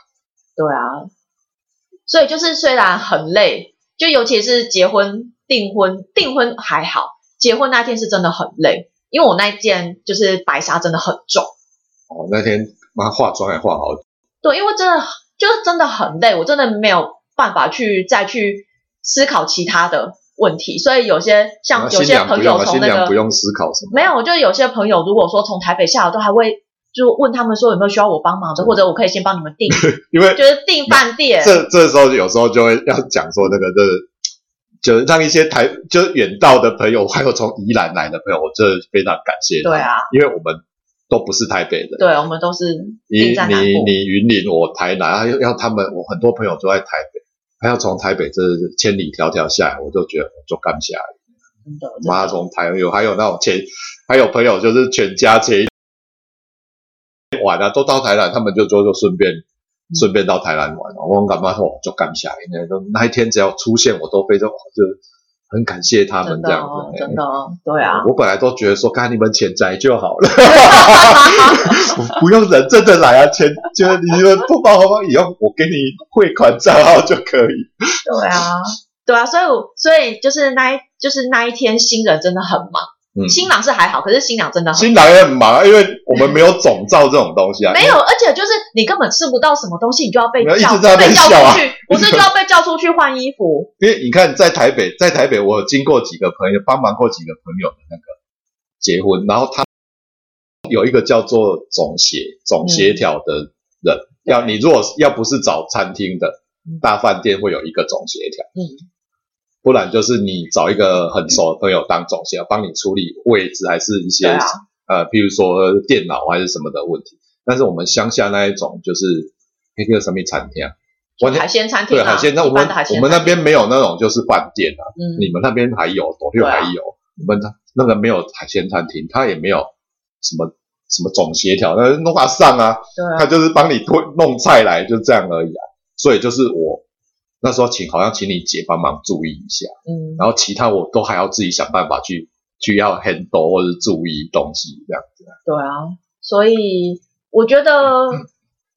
Speaker 2: 对啊，所以就是虽然很累，就尤其是结婚、订婚、订婚还好，结婚那天是真的很累，因为我那一件就是白纱真的很重。
Speaker 1: 哦，那天妈化妆也化好久，
Speaker 2: 对，因为真的就是真的很累，我真的没有办法去再去思考其他的问题，所以有些
Speaker 1: 啊
Speaker 2: 像有
Speaker 1: 新
Speaker 2: 些
Speaker 1: 娘不
Speaker 2: 朋
Speaker 1: 用
Speaker 2: 友
Speaker 1: 啊，
Speaker 2: 从
Speaker 1: 新
Speaker 2: 那
Speaker 1: 娘
Speaker 2: 个
Speaker 1: 不用思考什么。
Speaker 2: 没有，就是有些朋友如果说从台北下来，都还会就问他们说有没有需要我帮忙的，或者我可以先帮你 们订，就
Speaker 1: 因为
Speaker 2: 是订饭店。
Speaker 1: 这这时候有时候就会要讲说那个这。就是让一些台就是远道的朋友，还有从宜兰来的朋友，我真的非常感谢。
Speaker 2: 对，啊，
Speaker 1: 因为我们都不是台北人，
Speaker 2: 对，我们都是
Speaker 1: 你
Speaker 2: 订在南
Speaker 1: 你
Speaker 2: 部。
Speaker 1: 你云林，我台南，还有要他们，我很多朋友都在台北，还要从台北这千里迢迢下来，我就觉得我就干不下来。
Speaker 2: 真的真
Speaker 1: 妈
Speaker 2: 的
Speaker 1: 从台有还有那种前，还有朋友就是全家前一晚啊，都到台南，他们就就就顺便
Speaker 2: 嗯
Speaker 1: 顺便啊到台南玩。我感觉我就干不下来，那那一天只要出现，我都非常就很感谢他们
Speaker 2: 真
Speaker 1: 这
Speaker 2: 的
Speaker 1: 样
Speaker 2: 哦
Speaker 1: 子。
Speaker 2: 真的哦，对啊，
Speaker 1: 我本来都觉得说，看你们钱来就好了， 不不用人真的来啊，钱就是你们不包红包以后，我给你汇款账号就可以。
Speaker 2: 对啊，对啊，所以我所以就是那一就是那一天新人真的很忙，
Speaker 1: 嗯
Speaker 2: 新郎是还好，可是新娘真的很
Speaker 1: 新郎也很忙啊，因为我们没有总照这种东西啊，
Speaker 2: 没有，而且就是你根本吃不到什么东西，你就要被
Speaker 1: 没 有一
Speaker 2: 叫
Speaker 1: 直在那
Speaker 2: 被
Speaker 1: 边
Speaker 2: 叫
Speaker 1: 笑啊
Speaker 2: 出去，不是就要被叫出去换衣服？
Speaker 1: 因为你看，在台北，在台北，我有经过几个朋友，帮忙过几个朋友的那个结婚，然后他有一个叫做总协总协调的人，要你如果要不是找餐厅的
Speaker 2: 嗯
Speaker 1: 大饭店，会有一个总协调，
Speaker 2: 嗯，
Speaker 1: 不然就是你找一个很熟的朋友当总协调，帮你处理位置还是一些、
Speaker 2: 对啊
Speaker 1: 呃，譬如说电脑还是什么的问题。但是我们乡下那一种就是那个什么餐厅啊，完全
Speaker 2: 海鲜餐厅
Speaker 1: 对
Speaker 2: 啊，
Speaker 1: 海鲜，那我
Speaker 2: 一般
Speaker 1: 们
Speaker 2: 的海鲜
Speaker 1: 我们那
Speaker 2: 餐厅
Speaker 1: 边没有那种就是饭店啊，
Speaker 2: 嗯啊
Speaker 1: 你们那边还有，斗六还有，我们那个没有海鲜餐厅，它也没有什么什么总协调，那弄啊上啊，
Speaker 2: 对
Speaker 1: 他
Speaker 2: 啊，
Speaker 1: 就是帮你推弄菜来，就这样而已啊。所以就是我那时候请好像请你姐帮忙注意一下，
Speaker 2: 嗯，
Speaker 1: 然后其他我都还要自己想办法去去要 handle 或者注意东西这样子啊。
Speaker 2: 对啊，所以我觉得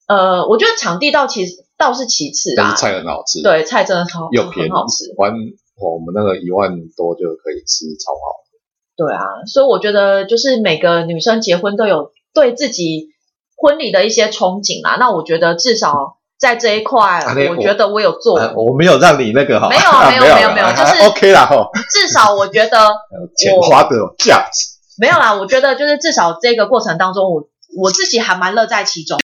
Speaker 2: 呃，我觉得场地倒其实倒是其次
Speaker 1: 但
Speaker 2: 啦
Speaker 1: 是，菜很好吃，，
Speaker 2: 对菜真的好
Speaker 1: 又便
Speaker 2: 很
Speaker 1: 宜
Speaker 2: 好吃，，
Speaker 1: 完我们那个一万多就可以吃超好。
Speaker 2: 对啊，所以我觉得就是每个女生结婚都有对自己婚礼的一些憧憬啦。那我觉得至少在这一块
Speaker 1: 啊对，
Speaker 2: 我觉得我有 做，
Speaker 1: 呃我没有让你那个哈，
Speaker 2: 没有
Speaker 1: 啊
Speaker 2: 没有
Speaker 1: 有
Speaker 2: 没有没有
Speaker 1: 啊
Speaker 2: 就是
Speaker 1: 啊 OK 啦哈，
Speaker 2: 至少我觉得
Speaker 1: 钱花的有价值。
Speaker 2: 没有啦。我觉得就是至少这个过程当中，我我自己还蛮乐在其中。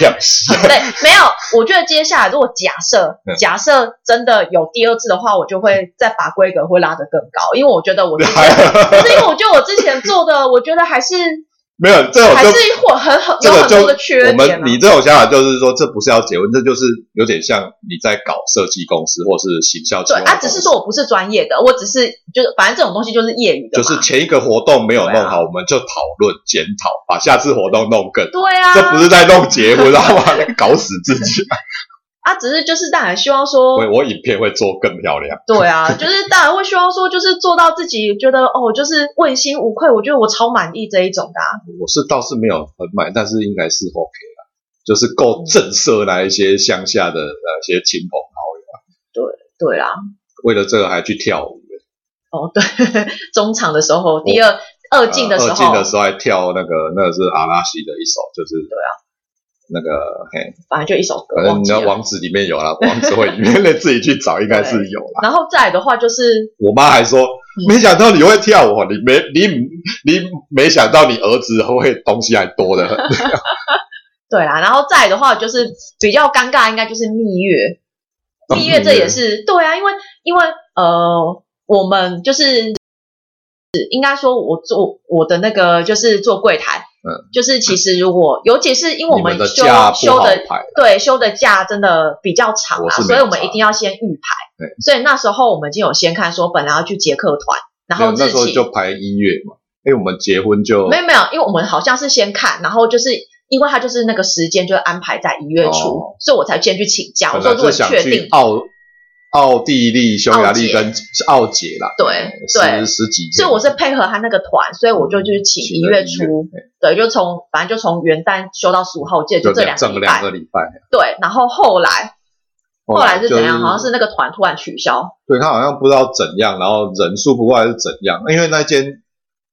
Speaker 1: 价值
Speaker 2: 对，没有，我觉得接下来如果假设
Speaker 1: 嗯
Speaker 2: 假设真的有第二次的话，我就会再把规格会拉得更高，因为我觉得我之 前，不是因为我觉得我之前做的，我觉得还是
Speaker 1: 没有 这种
Speaker 2: 还
Speaker 1: 就是
Speaker 2: 或很很
Speaker 1: 这
Speaker 2: 有
Speaker 1: 个
Speaker 2: 很
Speaker 1: 就
Speaker 2: 多的缺
Speaker 1: 我
Speaker 2: 点
Speaker 1: 们
Speaker 2: 啊。
Speaker 1: 你这种想法就是说，这不是要结婚，这就是有点像你在搞设计公司或是行销企划
Speaker 2: 对
Speaker 1: 公司。
Speaker 2: 啊，只是说我不是专业的，我只是就是反正这种东西就是业余的
Speaker 1: 就
Speaker 2: 嘛。
Speaker 1: 是前一个活动没有弄
Speaker 2: 对啊
Speaker 1: 好，我们就讨论检讨，把下次活动弄更。
Speaker 2: 对啊，
Speaker 1: 这不是在弄结婚，知道吗？搞死自己。
Speaker 2: 啊，只是就是当然希望说
Speaker 1: 我，我影片会做更漂亮。
Speaker 2: 对 啊，就是当然会希望说，就是做到自己觉得哦，就是问心无愧，我觉得我超满意这一种的、啊。
Speaker 1: 我是倒是没有很买，但是应该是 OK 啦，就是够震慑那一些乡下的那些亲朋好友，
Speaker 2: 对啊，
Speaker 1: 为了这个还去跳舞，
Speaker 2: 哦对， 中场的时候，第二二进的时候，
Speaker 1: 呃二进的时候还跳那个那个是阿拉西的一首，就是对
Speaker 2: 啊，
Speaker 1: 那个嘿，
Speaker 2: 反正就一首歌，
Speaker 1: 反正
Speaker 2: 忘
Speaker 1: 你
Speaker 2: 记
Speaker 1: 的
Speaker 2: 了。
Speaker 1: 王子里面有啦，王子会里面的自己去找应该是有啦。
Speaker 2: 然后再来的话就是，
Speaker 1: 我妈还说，
Speaker 2: 嗯
Speaker 1: 没想到你会跳舞，你没你你没想到你儿子会东西还多的很。
Speaker 2: 对啦，然后再来的话就是比较尴尬，应该就是蜜月。
Speaker 1: 哦
Speaker 2: 蜜月这也是对啊，因为因为呃，我们就是应该说，我做我的那个就是做柜台，
Speaker 1: 嗯，
Speaker 2: 就是其实如果尤其是因为我
Speaker 1: 你们的
Speaker 2: 休
Speaker 1: 假不
Speaker 2: 休
Speaker 1: 好
Speaker 2: 的
Speaker 1: 排，
Speaker 2: 对休的假真的比较长
Speaker 1: 我
Speaker 2: 啊，
Speaker 1: 是没
Speaker 2: 所以
Speaker 1: 有
Speaker 2: 我们
Speaker 1: 查
Speaker 2: 一定要先预排
Speaker 1: 对。
Speaker 2: 所以那时候我们就有先看说，本来要去捷克团，然后
Speaker 1: 没有那
Speaker 2: 日
Speaker 1: 时候
Speaker 2: 期
Speaker 1: 就排一月嘛，因为我们结婚就
Speaker 2: 没有没有，因为我们好像是先看，然后就是因为他就是那个时间就安排在一月初，
Speaker 1: 哦
Speaker 2: 所以我才先去请假。我
Speaker 1: 本
Speaker 2: 说
Speaker 1: 来
Speaker 2: 如果
Speaker 1: 是想
Speaker 2: 确定
Speaker 1: 去，奥奥地利、匈牙利
Speaker 2: 奥捷
Speaker 1: 跟奥捷啦，
Speaker 2: 对
Speaker 1: 十
Speaker 2: 对
Speaker 1: 十几天，
Speaker 2: 所以我是配合他那个团，所以我就去请一
Speaker 1: 嗯请了
Speaker 2: 月
Speaker 1: 一
Speaker 2: 初，对，就从反正就从元旦休到十五号，我记得
Speaker 1: 就
Speaker 2: 就这
Speaker 1: 两
Speaker 2: 个
Speaker 1: 整
Speaker 2: 礼
Speaker 1: 两
Speaker 2: 拜，
Speaker 1: 个礼拜。
Speaker 2: 对。然后后来后来是
Speaker 1: 哦就
Speaker 2: 怎样？好像是那个团突然取消，
Speaker 1: 对他好像不知道怎样，然后人数不过还是怎样，因为那间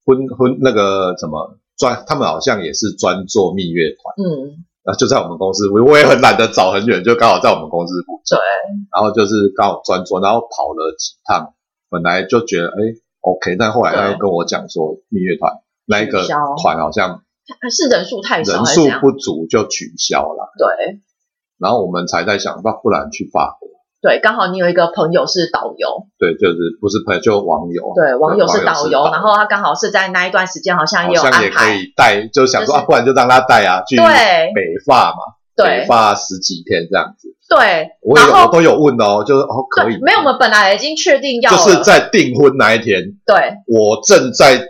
Speaker 1: 婚婚那个什么专，他们好像也是专做蜜月团，
Speaker 2: 嗯，
Speaker 1: 然后就在我们公司，我我也很懒得找很远，就刚好在我们公司附近
Speaker 2: 对，
Speaker 1: 然后就是刚好专做，然后跑了几趟，本来就觉得哎 OK，但后来他又
Speaker 2: 对
Speaker 1: 跟我讲说蜜月团那一个
Speaker 2: 取消
Speaker 1: 团好像
Speaker 2: 是人数太少
Speaker 1: 人
Speaker 2: 还是
Speaker 1: 数
Speaker 2: 怎样？
Speaker 1: 不足就取消了，
Speaker 2: 对
Speaker 1: 然后我们才在想，那不然去法国。
Speaker 2: 对，刚好你有一个朋友是导游，
Speaker 1: 对，就是不是朋友，就网友。
Speaker 2: 对，网友是
Speaker 1: 导
Speaker 2: 导游，然后他刚好是在那一段时间好像
Speaker 1: 好
Speaker 2: 也有
Speaker 1: 像也
Speaker 2: 安
Speaker 1: 可
Speaker 2: 排，
Speaker 1: 以带，就想
Speaker 2: 就
Speaker 1: 说
Speaker 2: 是
Speaker 1: 啊，不然就让他带啊，去
Speaker 2: 对
Speaker 1: 北法嘛，北
Speaker 2: 对
Speaker 1: 法十几天这样子。
Speaker 2: 对，
Speaker 1: 我
Speaker 2: 然
Speaker 1: 有我
Speaker 2: 后
Speaker 1: 都有问哦，就是哦可以
Speaker 2: 对，，没有，我们本来已经确定要
Speaker 1: 就
Speaker 2: 了，
Speaker 1: 是在订婚那一天，
Speaker 2: 对
Speaker 1: 我正在，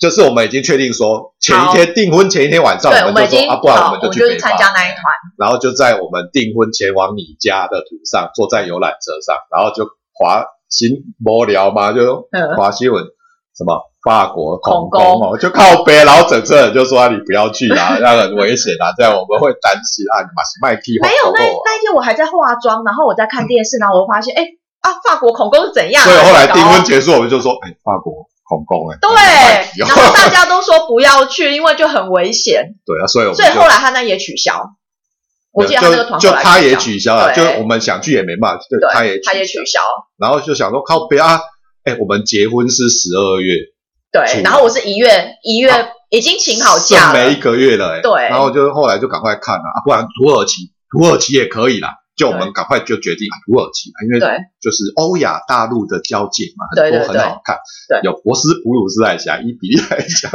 Speaker 1: 就是我们已经确定说前一天订婚前一天晚上，
Speaker 2: 对，
Speaker 1: 我
Speaker 2: 们
Speaker 1: 们
Speaker 2: 已
Speaker 1: 就说
Speaker 2: 经
Speaker 1: 啊，不然
Speaker 2: 好
Speaker 1: 我们就去
Speaker 2: 是
Speaker 1: 北
Speaker 2: 参
Speaker 1: 法，
Speaker 2: 加那一团，
Speaker 1: 然后就在我们订婚前往你家的途上，坐在游览车上，然后就滑行无聊嘛，就
Speaker 2: 嗯
Speaker 1: 华西文什么法国恐
Speaker 2: 恐攻
Speaker 1: 攻哦，就靠背，然后整车人就说、啊、你不要去 啦，那很危险啊啦，这样我们会担心啊，你马西麦屁话
Speaker 2: 没有，
Speaker 1: 恐
Speaker 2: 那
Speaker 1: 攻啊。
Speaker 2: 那一天我还在化妆，然后我在看电视，然后我发现，哎、啊，法国恐攻是怎样啊？
Speaker 1: 嗯所以后来
Speaker 2: 搞
Speaker 1: 订婚结束，我们就说，哎，法国恐攻，哎，麦皮
Speaker 2: 对，
Speaker 1: 哦
Speaker 2: 然后大家都说不要去，因为就很 危险，
Speaker 1: 对啊，所以我们
Speaker 2: 所以
Speaker 1: 就
Speaker 2: 后来他那也取消。我记得他那个团
Speaker 1: 就就
Speaker 2: 后来
Speaker 1: 他也
Speaker 2: 消
Speaker 1: 取消了，就
Speaker 2: 对
Speaker 1: 我们想去也没办法，就
Speaker 2: 对
Speaker 1: 他也
Speaker 2: 他也
Speaker 1: 消
Speaker 2: 取消，
Speaker 1: 然后就想说靠北啊，哎，我们结婚是十二月，
Speaker 2: 对，
Speaker 1: 是
Speaker 2: 然后我是一月一月、
Speaker 1: 啊
Speaker 2: 已经请好
Speaker 1: 剩
Speaker 2: 假
Speaker 1: 没
Speaker 2: 了
Speaker 1: 一，个月了、哎，
Speaker 2: 对
Speaker 1: 然后就后来就赶快看了、啊，不然土耳其，土耳其也可以啦。就我们赶快就决定啊土耳其，因为
Speaker 2: 对
Speaker 1: 就是欧亚大陆的交界嘛，
Speaker 2: 对
Speaker 1: 很多
Speaker 2: 对
Speaker 1: 很好看，
Speaker 2: 对
Speaker 1: 有博斯普鲁斯海峡、伊比利海峡、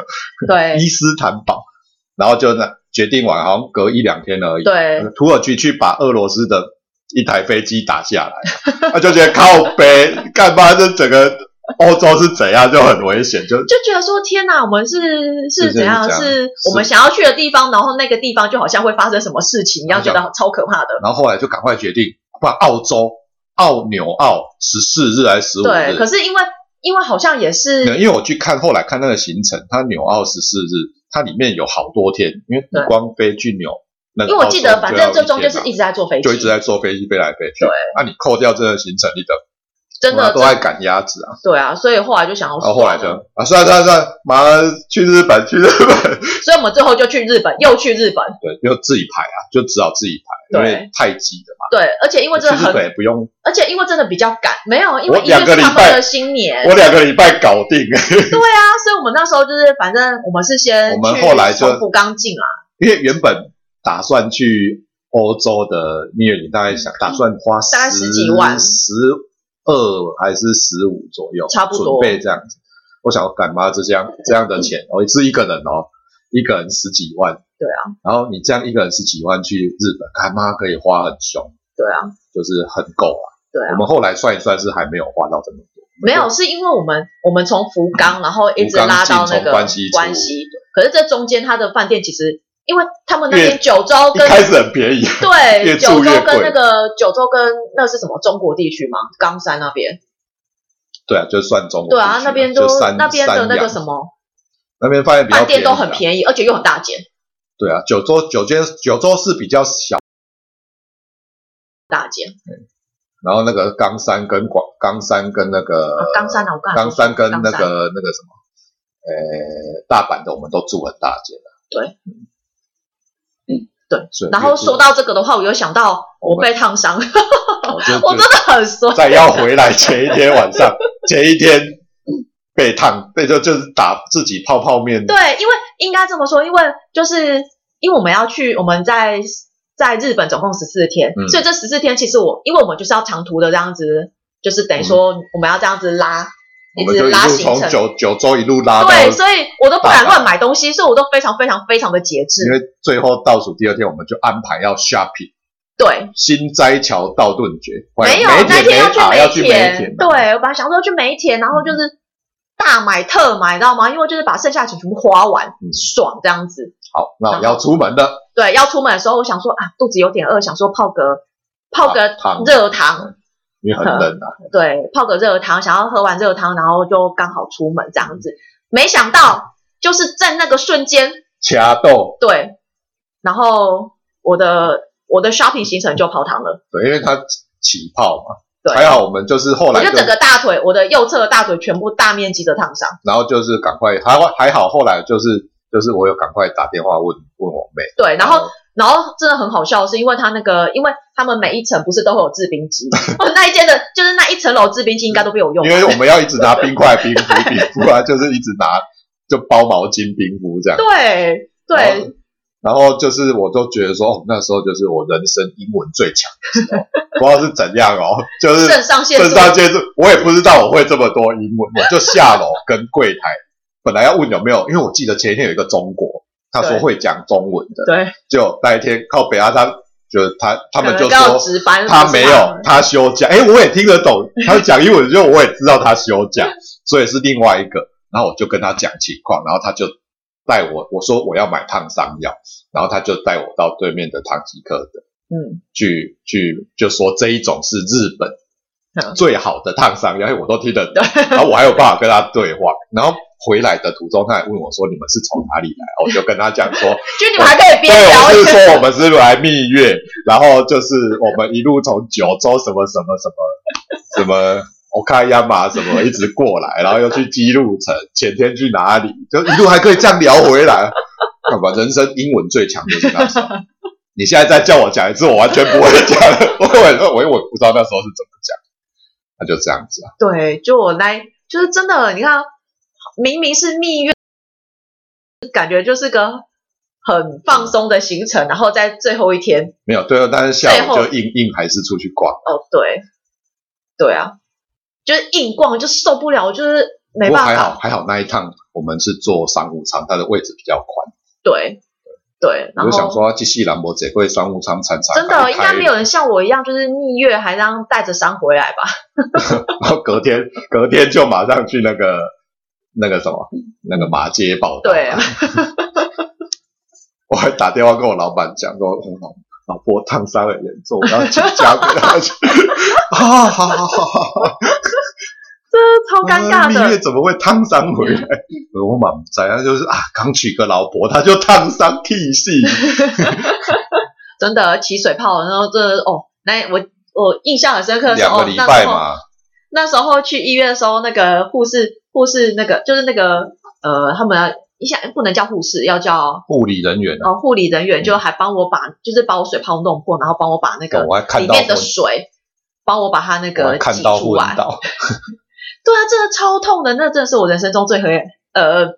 Speaker 2: 对
Speaker 1: 伊斯坦堡，然后就那决定完，好像隔一两天而已。
Speaker 2: 对，
Speaker 1: 呃土耳其去把俄罗斯的一台飞机打下来， 他就觉得靠北，干嘛这整个欧洲是怎样就很危险，就
Speaker 2: 就觉得说天哪，我们是
Speaker 1: 是
Speaker 2: 是
Speaker 1: 是
Speaker 2: 怎样？
Speaker 1: 是这样
Speaker 2: 是我们想要去的地方，然后那个地方就好像会发生什么事情一样，觉得超可怕的。
Speaker 1: 然后后来就赶快决定，不然澳洲、澳纽澳十四日还是十五
Speaker 2: 对，可
Speaker 1: 日？
Speaker 2: 是因为因为好像也是
Speaker 1: 因为我去看后来看那个行程，它纽澳十四日，它里面有好多天，因为你
Speaker 2: 对
Speaker 1: 光飞去纽，那个
Speaker 2: 因为我
Speaker 1: 澳洲
Speaker 2: 记得，反
Speaker 1: 哦要
Speaker 2: 正最终
Speaker 1: 一
Speaker 2: 就
Speaker 1: 天
Speaker 2: 是
Speaker 1: 嘛
Speaker 2: 一直在坐飞机，
Speaker 1: 就一直在坐飞机飞来飞去。
Speaker 2: 对，
Speaker 1: 那、你扣掉这个行程，你等
Speaker 2: 真的
Speaker 1: 都在赶鸭子啊。
Speaker 2: 对啊，所以后来就想要
Speaker 1: 然后
Speaker 2: 说，
Speaker 1: 后来就啊，算了算了算了，马上去日本去日 本，
Speaker 2: 所以我们最后就去日本，又去日本，
Speaker 1: 对，就自己排啊，就只好自己排，因
Speaker 2: 对
Speaker 1: 为太急了嘛。
Speaker 2: 对，而且因为真的
Speaker 1: 去日本
Speaker 2: 很，
Speaker 1: 也不用，
Speaker 2: 而且因为真的比较赶，没有，因为
Speaker 1: 我
Speaker 2: 一月
Speaker 1: 两个
Speaker 2: 是他
Speaker 1: 礼拜
Speaker 2: 们的新年，
Speaker 1: 我两个礼拜搞定。
Speaker 2: 对啊，所以我们那时候就是反正我们是先
Speaker 1: 我们
Speaker 2: 去
Speaker 1: 后来就
Speaker 2: 从福冈进啊，
Speaker 1: 因为原本打算去欧洲的蜜月旅，大概想打算花
Speaker 2: 大概十几万
Speaker 1: 十二还是十五左右，
Speaker 2: 差不
Speaker 1: 准
Speaker 2: 多
Speaker 1: 备这样子。我想要干嘛这样这样的钱，我、哦、是一个人哦，一个人十几万，
Speaker 2: 对
Speaker 1: 啊。然后你这样一个人十几万去日本，干妈可以花很凶，
Speaker 2: 对啊，
Speaker 1: 就是很够啊。
Speaker 2: 对
Speaker 1: 我
Speaker 2: 啊，
Speaker 1: 们后来算一算是还没有花到这么多，
Speaker 2: 没有，是因为我们我们从福冈，然后一直拉到那
Speaker 1: 福冈进
Speaker 2: 个
Speaker 1: 从关西出
Speaker 2: 关西，可是这中间他的饭店其实，因为他们那边
Speaker 1: 越
Speaker 2: 九州
Speaker 1: 一
Speaker 2: 跟
Speaker 1: 开始很便宜，
Speaker 2: 对
Speaker 1: 越
Speaker 2: 九州
Speaker 1: 住越
Speaker 2: 跟
Speaker 1: 贵
Speaker 2: 那个九州跟那是什么中国地区吗？冈山那边，
Speaker 1: 对啊，就算中国
Speaker 2: 对啊
Speaker 1: 地，区
Speaker 2: 那边
Speaker 1: 就
Speaker 2: 都
Speaker 1: 三
Speaker 2: 那边的那个
Speaker 1: 三
Speaker 2: 什
Speaker 1: 洋
Speaker 2: 么
Speaker 1: 那边饭店比较
Speaker 2: 饭店都
Speaker 1: 便宜
Speaker 2: 很
Speaker 1: 啊
Speaker 2: 便宜，而且又很大间，
Speaker 1: 对啊，九州九间九州是比较小，
Speaker 2: 大间
Speaker 1: 然后那个冈山跟广冈山跟那个
Speaker 2: 啊冈山啊，我刚才
Speaker 1: 呃冈山跟那
Speaker 2: 冈山
Speaker 1: 个那个什么，呃，大阪的我们都住很大间的，啊嗯
Speaker 2: 对。
Speaker 1: 所以
Speaker 2: 然后说到这个的话，我又想到我被烫伤，
Speaker 1: 我就
Speaker 2: 我真的很衰。
Speaker 1: 在要回来前一天晚上，前一天被烫，被就就是打自己泡泡面，
Speaker 2: 对，因为应该这么说，因为就是因为我们要去，我们在在日本总共十四天，
Speaker 1: 嗯
Speaker 2: 所以这十四天其实我，因为我们就是要长途的这样子，就是等于说我们要这样子拉，
Speaker 1: 嗯我们
Speaker 2: 直
Speaker 1: 就一
Speaker 2: 拉
Speaker 1: 路
Speaker 2: 行
Speaker 1: 从
Speaker 2: 程。
Speaker 1: 九九州一路拉到，
Speaker 2: 对，所以我都不敢
Speaker 1: 大阪
Speaker 2: 乱买东西，所以我都非常非常非常的节制
Speaker 1: 因。为最后倒数第二天我们就安排要 shopping。
Speaker 2: 对，
Speaker 1: 新斋桥道顿崛，
Speaker 2: 没有
Speaker 1: 梅
Speaker 2: 那
Speaker 1: 田
Speaker 2: 天要
Speaker 1: 梅
Speaker 2: 去
Speaker 1: 塔要去梅
Speaker 2: 田，
Speaker 1: 田，啊嗯
Speaker 2: 对，我本来想说去梅田，然后就是大买特买，你知道吗？因为就是把剩下的钱全部花完，
Speaker 1: 嗯
Speaker 2: 爽这样子。
Speaker 1: 好，那我要出门了。
Speaker 2: 对，要出门的时候，我想说啊，肚子有点饿，想说泡个泡个
Speaker 1: 汤
Speaker 2: 热汤，
Speaker 1: 因为很冷啊，
Speaker 2: 对，泡个热汤，想要喝完热汤，然后就刚好出门这样子。没想到就是在那个瞬间，
Speaker 1: 掐豆，
Speaker 2: 对，然后我的我的 shopping 行程就泡汤了，
Speaker 1: 对，因为它起泡嘛。
Speaker 2: 对
Speaker 1: 还好我们就是后
Speaker 2: 我
Speaker 1: 来
Speaker 2: 就整个大腿，我的右侧的大腿全部大面积的烫伤。
Speaker 1: 然后就是赶快，还好还好，后来就是就是我有赶快打电话问问我妹，
Speaker 2: 对，然后然后真的很好笑，是因为他那个，因为他们每一层不是都会有制冰机， 哦，那一间的就是那一层楼制冰机应该都被我用
Speaker 1: 因
Speaker 2: 完，
Speaker 1: 为我们要一直拿冰块冰敷冰敷啊，就是一直拿就包毛巾冰敷这样。
Speaker 2: 对
Speaker 1: 然
Speaker 2: 对
Speaker 1: 后。然后就是，我都觉得说，哦，那时候就是我人生英文最强的时候， 不知道是怎样哦，就是
Speaker 2: 肾上腺
Speaker 1: 正
Speaker 2: 素，
Speaker 1: 上接触，我也不知道我会这么多英文，我就下楼跟柜台，本来要问有没有，因为我记得前一天有一个中国，他说
Speaker 2: 对
Speaker 1: 会讲中文的，
Speaker 2: 对，
Speaker 1: 就那一天靠北啊，他就是他他
Speaker 2: 可
Speaker 1: 们
Speaker 2: 能
Speaker 1: 就
Speaker 2: 要
Speaker 1: 说
Speaker 2: 值班，
Speaker 1: 他没
Speaker 2: 呃不知
Speaker 1: 有
Speaker 2: 道，
Speaker 1: 他休假，诶，我也听得懂，他讲英文，就我也知道他休 假，所以是另外一个，然后我就跟他讲情况，然后他就。带我，我说我要买烫伤药，然后他就带我到对面的唐吉诃德
Speaker 2: 嗯，
Speaker 1: 去去，就说这一种是日本
Speaker 2: 嗯
Speaker 1: 最好的烫伤，然后我都听得 懂，然后我还有办法跟他对话。然后回来的途中，他还问我说：“你们是从哪里来？”我就跟他讲说：“
Speaker 2: 就你们还可以边
Speaker 1: 对，
Speaker 2: 聊
Speaker 1: 我
Speaker 2: 一
Speaker 1: 是
Speaker 2: 些
Speaker 1: 说我们是来蜜月，然后就是我们一路从九州什么什么什么什么。”我看亚马什么一直过来，然后又去基路城，前天去哪里，就一路还可以这样聊回来，干嘛？人生英文最强就是那时候。你现在再叫我讲一次，我完全不会讲，我我我我不知道那时候是怎么讲，那就这样子啊。
Speaker 2: 对，就我来，就是真的，你看，明明是蜜月，感觉就是个很放松的行程，然后在最后一天，
Speaker 1: 没有对哦，但是下
Speaker 2: 最
Speaker 1: 午
Speaker 2: 后
Speaker 1: 就硬硬还是出去逛，
Speaker 2: 哦，对，对啊，就是硬逛就受不了，我就是没
Speaker 1: 不过
Speaker 2: 办
Speaker 1: 还好
Speaker 2: 法，
Speaker 1: 还好那一趟我们是坐商务舱，它的位置比较宽。
Speaker 2: 对对，然
Speaker 1: 我就想
Speaker 2: 后
Speaker 1: 说，机器兰博这会商务舱参差，
Speaker 2: 真的应该没有。人像我一样，就是蜜月还让带着伤回来吧？
Speaker 1: 然后隔天，隔天就马上去那个那个什么，那个马街报道。
Speaker 2: 对啊，
Speaker 1: 我还打电话跟我老板讲说，我老老婆烫伤很严重，然后请假给她去。啊，好好好好，
Speaker 2: 这超尴尬
Speaker 1: 蜜月
Speaker 2: 的，
Speaker 1: 怎么会烫伤回来？我满不在，他就是啊，刚娶个老婆，他就烫伤剃戏。
Speaker 2: 真的起水泡，然后这哦，那我我印象很深刻的是
Speaker 1: 两
Speaker 2: 哦
Speaker 1: 个，礼
Speaker 2: 那
Speaker 1: 拜
Speaker 2: 时候。
Speaker 1: 嘛，
Speaker 2: 那时候去医院的时候，那个护士护士那个就是那个呃，他们要一下不能叫护士，要叫
Speaker 1: 护理人员啊，
Speaker 2: 哦护理人员，
Speaker 1: 嗯
Speaker 2: 就还帮我把就是把我水泡弄破，然后帮我把那个
Speaker 1: 我还哦看
Speaker 2: 里
Speaker 1: 到
Speaker 2: 面的
Speaker 1: 昏，
Speaker 2: 水帮我把它那
Speaker 1: 我
Speaker 2: 个
Speaker 1: 还
Speaker 2: 挤
Speaker 1: 看到
Speaker 2: 出
Speaker 1: 昏
Speaker 2: 来。
Speaker 1: 倒。
Speaker 2: 对啊，真的超痛的，那真的是我人生中最黑呃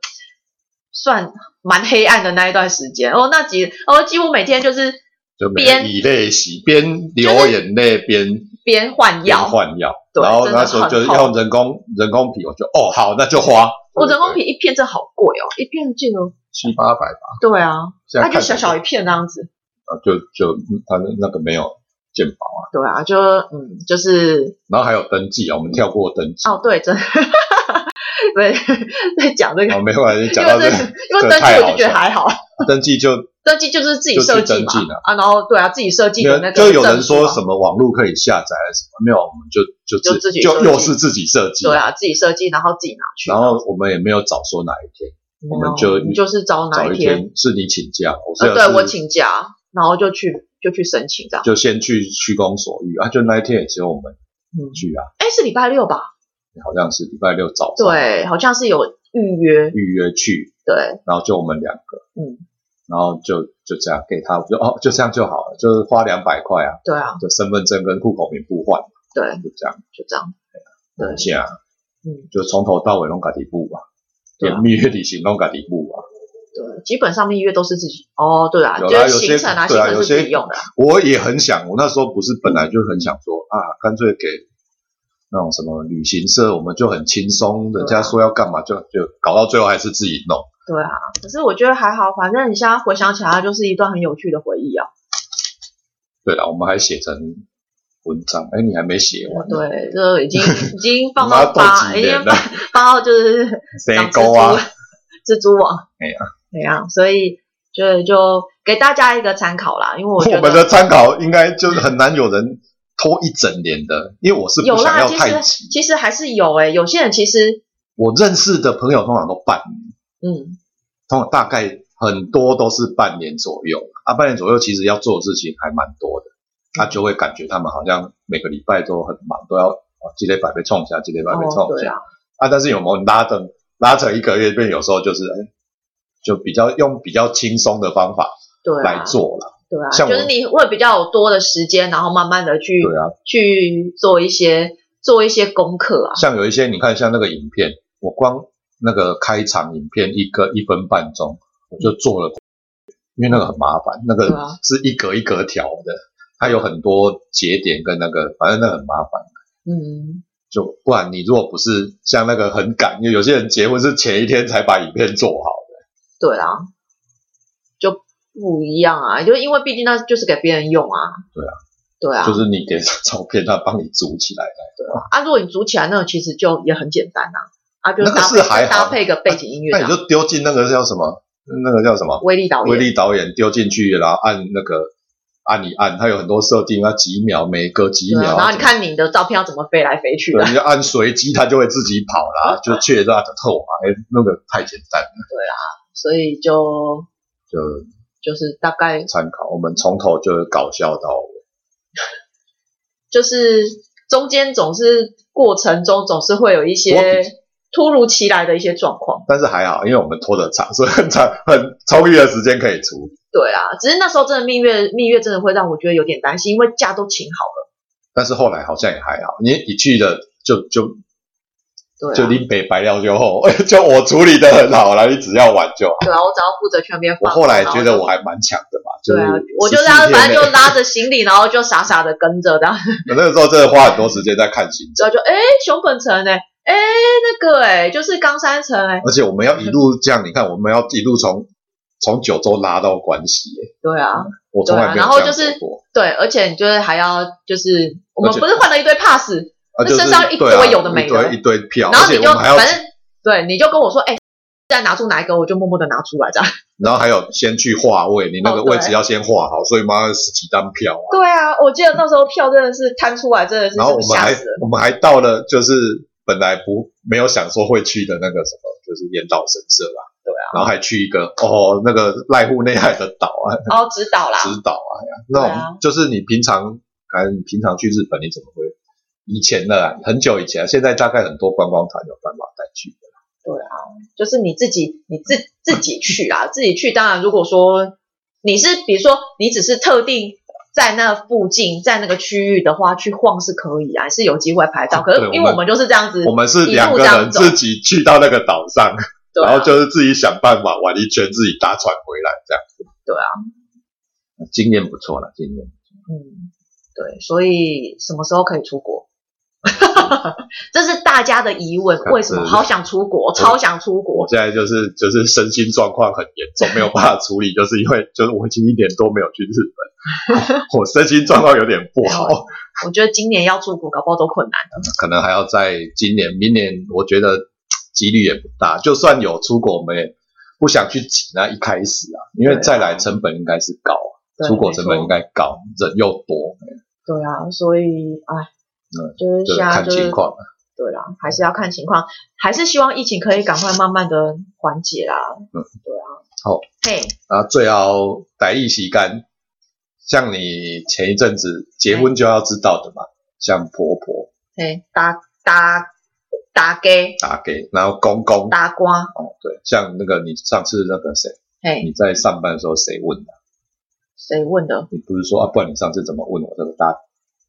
Speaker 2: 算蛮黑暗的那一段时间。哦，那几哦几乎每天就是
Speaker 1: 就每
Speaker 2: 边
Speaker 1: 天以泪洗，边流眼泪边
Speaker 2: 边换
Speaker 1: 边
Speaker 2: 药，
Speaker 1: 换药，
Speaker 2: 对
Speaker 1: 然后
Speaker 2: 真的
Speaker 1: 那时候就是
Speaker 2: 很痛哦
Speaker 1: 用人工人工皮，我就哦好，那就花。
Speaker 2: 我人工
Speaker 1: 皮
Speaker 2: 皮一片真的好贵哦，一片这个
Speaker 1: 七八百吧，
Speaker 2: 对啊，
Speaker 1: 现
Speaker 2: 它
Speaker 1: 在
Speaker 2: 就
Speaker 1: 看
Speaker 2: 小小一片那样子。
Speaker 1: 啊就就他那个没有健保啊，
Speaker 2: 对啊，就嗯，就是
Speaker 1: 然后还有登记啊，我们跳过登记，
Speaker 2: 哦，对，真的， 对，在讲这个，
Speaker 1: 哦没关系，讲
Speaker 2: 因
Speaker 1: 到这
Speaker 2: 为这
Speaker 1: 个
Speaker 2: 因为
Speaker 1: 这
Speaker 2: 登记
Speaker 1: 太
Speaker 2: 我
Speaker 1: 好
Speaker 2: 就觉
Speaker 1: 笑
Speaker 2: 得还好，
Speaker 1: 登记就
Speaker 2: 登记就是自己
Speaker 1: 就去
Speaker 2: 设计
Speaker 1: 登
Speaker 2: 嘛
Speaker 1: 记了，
Speaker 2: 啊，然后对啊，自己设计的那个啊
Speaker 1: 就有人说
Speaker 2: 么
Speaker 1: 什么网络可以下载还是什么，没有，我们就就
Speaker 2: 就
Speaker 1: 自
Speaker 2: 自己设
Speaker 1: 就
Speaker 2: 计
Speaker 1: 又是自己设计，
Speaker 2: 对，啊，自己设计，然后自己拿去，
Speaker 1: 然后我们也没有早说哪一天，我们
Speaker 2: 没有
Speaker 1: 就
Speaker 2: 你就是找哪
Speaker 1: 早一
Speaker 2: 天，
Speaker 1: 天是你请假，我是
Speaker 2: 呃，对
Speaker 1: 是
Speaker 2: 我请假，然后就去就去申请这样，
Speaker 1: 就先去区公所欲啊，就那一天也只有我们
Speaker 2: 嗯，
Speaker 1: 去啊，
Speaker 2: 哎，是礼拜六吧？
Speaker 1: 好像是礼拜六早上
Speaker 2: 对，好像是有预约，
Speaker 1: 预约去，
Speaker 2: 对，
Speaker 1: 然后就我们两个，
Speaker 2: 嗯，
Speaker 1: 然后就就这样给他，我就哦就这样就好了，就是花两百块啊，
Speaker 2: 对啊，
Speaker 1: 就身份证跟户口名簿换，
Speaker 2: 对，
Speaker 1: 就这样，
Speaker 2: 就这样，对
Speaker 1: 等一下，
Speaker 2: 嗯，
Speaker 1: 就从头到尾弄个底部吧，
Speaker 2: 对啊
Speaker 1: 连蜜月旅行弄个底部吧，
Speaker 2: 对，基本上蜜月都是自己，哦，对啊，
Speaker 1: 有
Speaker 2: 就
Speaker 1: 啦
Speaker 2: 是
Speaker 1: 有
Speaker 2: 行
Speaker 1: 些
Speaker 2: 程啊，行
Speaker 1: 对啊
Speaker 2: 程
Speaker 1: 有
Speaker 2: 是自己
Speaker 1: 些
Speaker 2: 用的啊，
Speaker 1: 我也很想，我那时候不是本来就很想说啊，干脆给。那种什么旅行社，我们就很轻松，人
Speaker 2: 对啊
Speaker 1: 家说要干嘛就就搞到最后还是自己弄。
Speaker 2: 对啊，可是我觉得还好，反正你现在回想起来，它就是一段很有趣的回忆啊。
Speaker 1: 对了，我们还写成文章，哎，你还没写完，
Speaker 2: 对，就已经已经放
Speaker 1: 我
Speaker 2: 到
Speaker 1: 们要斗
Speaker 2: 八，
Speaker 1: 几
Speaker 2: 已经
Speaker 1: 年了
Speaker 2: 放放到 就是
Speaker 1: 谁
Speaker 2: 长蜘
Speaker 1: 勾
Speaker 2: 蛛、
Speaker 1: 啊？
Speaker 2: 蜘蛛网，
Speaker 1: 哎呀
Speaker 2: 对呀、所以就就给大家一个参考啦，因为我觉
Speaker 1: 我
Speaker 2: 得
Speaker 1: 们的参考应该就是很难有人拖一整年的，因为我是
Speaker 2: 有
Speaker 1: 不想
Speaker 2: 啦，
Speaker 1: 要
Speaker 2: 其
Speaker 1: 太
Speaker 2: 实
Speaker 1: 急。
Speaker 2: 其实还是有诶、有些人其实
Speaker 1: 我认识的朋友通常都半年，
Speaker 2: 嗯
Speaker 1: 通常大概很多都是半年左右啊，半年左右其实要做的事情还蛮多的，他就会感觉他们好像每个礼拜都很忙，都要哦，积累百倍冲一下，积累百倍
Speaker 2: 哦
Speaker 1: 冲一
Speaker 2: 对
Speaker 1: 下
Speaker 2: 啊，
Speaker 1: 啊，但是有没有拉成拉成一个月，变有时候就是哎就比较用比较轻松的方法
Speaker 2: 对
Speaker 1: 来
Speaker 2: 啊
Speaker 1: 做啦。
Speaker 2: 对啊，
Speaker 1: 像
Speaker 2: 就
Speaker 1: 我
Speaker 2: 是你会比较有多的时间，然后慢慢的去
Speaker 1: 对啊，
Speaker 2: 去做一些做一些功课啊，
Speaker 1: 像有一些你看，像那个影片，我光那个开场影片一个一分半钟，我就做了，因为那个很麻烦，那
Speaker 2: 对啊
Speaker 1: 个是一格一格调的，它有很多节点跟那个，反正那个很麻烦。
Speaker 2: 嗯，
Speaker 1: 就不然你如果不是像那个很赶，因为有些人结婚是前一天才把影片做好的，
Speaker 2: 对啊，就不一样啊，就因为毕竟那就是给别人用啊。
Speaker 1: 对啊，
Speaker 2: 对啊，
Speaker 1: 就是你给照片，他帮你组起来。
Speaker 2: 啊，如果你组起来，那个其实就也很简单啊，啊，就
Speaker 1: 那个
Speaker 2: 搭配
Speaker 1: 是还好
Speaker 2: 搭配一个背景音乐
Speaker 1: 那
Speaker 2: 这
Speaker 1: 你
Speaker 2: 样，
Speaker 1: 就丢进那个叫什么？那个叫什么？
Speaker 2: 威力导
Speaker 1: 威
Speaker 2: 演，
Speaker 1: 力导演丢进去，然后按那个按一按，它有很多设定，要几秒，每隔几
Speaker 2: 对啊
Speaker 1: 秒，
Speaker 2: 然后你看你的照片要怎么飞来飞去
Speaker 1: 对，
Speaker 2: 啊的，
Speaker 1: 你就按随机，它就会自己跑啦，就确认它的透嘛，哎那个太简单了，
Speaker 2: 所以就
Speaker 1: 就
Speaker 2: 就是大概
Speaker 1: 参考。我们从头就搞笑到尾，
Speaker 2: 就是中间总是过程中总是会有一
Speaker 1: 我
Speaker 2: 些突如其来的一些状况，
Speaker 1: 但是还好，因为我们拖得长，所以很长很充裕的时间可以处理。
Speaker 2: 对啊，只是那时候真的蜜月蜜月真的会让我觉得有点担心，因为假都请好
Speaker 1: 但是后来好像也还好，你一去了就就
Speaker 2: 了，对
Speaker 1: 就
Speaker 2: 啊，
Speaker 1: 拎北白料就后， 就我处理的很好了，你只要玩就好。
Speaker 2: 对啊，我只要负责去那边
Speaker 1: 我
Speaker 2: 放。
Speaker 1: 后来
Speaker 2: 然
Speaker 1: 觉
Speaker 2: 就
Speaker 1: 得我还蛮强的嘛，就
Speaker 2: 对
Speaker 1: 是
Speaker 2: 啊，我就
Speaker 1: 14
Speaker 2: 拉，
Speaker 1: 天
Speaker 2: 反正
Speaker 1: 内
Speaker 2: 就拉着行李，然后就傻傻的跟着，然后
Speaker 1: 那个时候真的花很多时间在看行程，
Speaker 2: 之后就哎熊本城哎、哎那个哎、就是冈山城哎、
Speaker 1: 而且我们要一路这样，你看我们要一路从从九州拉到关西，
Speaker 2: 对啊
Speaker 1: 我从来没有
Speaker 2: 对啊然后
Speaker 1: 这样
Speaker 2: 就是
Speaker 1: 做过，
Speaker 2: 对，而且你就是还要就是我们
Speaker 1: 而且
Speaker 2: 不是换了一堆 pass，
Speaker 1: 啊
Speaker 2: 那
Speaker 1: 就是
Speaker 2: 身上一堆
Speaker 1: 对啊
Speaker 2: 有的没的
Speaker 1: 一堆一堆票，
Speaker 2: 然
Speaker 1: 而
Speaker 2: 后
Speaker 1: 且
Speaker 2: 你
Speaker 1: 我
Speaker 2: 就
Speaker 1: 们还要，
Speaker 2: 反正对你就跟我说哎。再拿出哪一个，我就默默的拿出来，这样。
Speaker 1: 然后还有先去划位，你那个
Speaker 2: 哦对
Speaker 1: 位置要先划好，所以妈十几张票啊，
Speaker 2: 对啊，我记得那时候票真的是摊出来，真的是
Speaker 1: 然后我们
Speaker 2: 吓
Speaker 1: 还
Speaker 2: 死人。
Speaker 1: 我们还到了就是本来不没有想说会去的那个什么，就是岩岛神社啊，
Speaker 2: 对
Speaker 1: 啊，然后还去一个哦那个濑户内海的岛啊，
Speaker 2: 然后指导啦，
Speaker 1: 指导啊，哎呀那
Speaker 2: 对啊
Speaker 1: 种就是你平常，哎，你平常去日本你怎么会？以前的啦，很久以前，啊现在大概很多观光团有办法带去的。
Speaker 2: 就是你自己你自自己去啦，自己去。当然，如果说你是比如说你只是特定在那附近，在那个区域的话去晃是可以啊，是有机会排到。可是
Speaker 1: 对
Speaker 2: 因
Speaker 1: 我们
Speaker 2: 为我们就是这样子，
Speaker 1: 我们是两个
Speaker 2: 一路这样
Speaker 1: 人
Speaker 2: 走
Speaker 1: 自己去到那个岛上，
Speaker 2: 对啊
Speaker 1: 然后就是自己想办法玩一圈，自己搭船回来这样子。
Speaker 2: 对啊，
Speaker 1: 经验不错了，经验。
Speaker 2: 嗯，对，所以什么时候可以出国？ 这是大家的疑问，为什么
Speaker 1: 是
Speaker 2: 好想出国，超想出
Speaker 1: 我
Speaker 2: 国？
Speaker 1: 现在就是就是身心状况很严重，没有办法处理，就是因为就是我已经一年多没有去日 本，我我身心状况有点不好。
Speaker 2: 我觉得今年要出国，搞不好都困难了。
Speaker 1: 可能还要在今年、明年，我觉得几率也不大。就算有出国，我们也不想去挤那一开始啊，因为
Speaker 2: 对啊
Speaker 1: 再来成本应该是高啊，
Speaker 2: 对
Speaker 1: 出国成本应
Speaker 2: 没错
Speaker 1: 该高，人又多，
Speaker 2: 对啊，所以哎
Speaker 1: 嗯，
Speaker 2: 就是
Speaker 1: 就是
Speaker 2: 现在
Speaker 1: 看
Speaker 2: 就是
Speaker 1: 情况啊。
Speaker 2: 对啦，还是要看情况，还是希望疫情可以赶快慢慢的缓解啦。
Speaker 1: 嗯，
Speaker 2: 对啊。
Speaker 1: 好，
Speaker 2: 嘿，
Speaker 1: 然后最后歹意洗干，像你前一阵子结婚就要知道的嘛，像婆婆
Speaker 2: 嘿，打打打给
Speaker 1: 打给，然后公公
Speaker 2: 打瓜，
Speaker 1: 哦，对，像那个你上次那个谁，
Speaker 2: 嘿，
Speaker 1: 你在上班的时候谁问的？
Speaker 2: 谁问的？
Speaker 1: 你不是说啊，不然你上次怎么问我这个大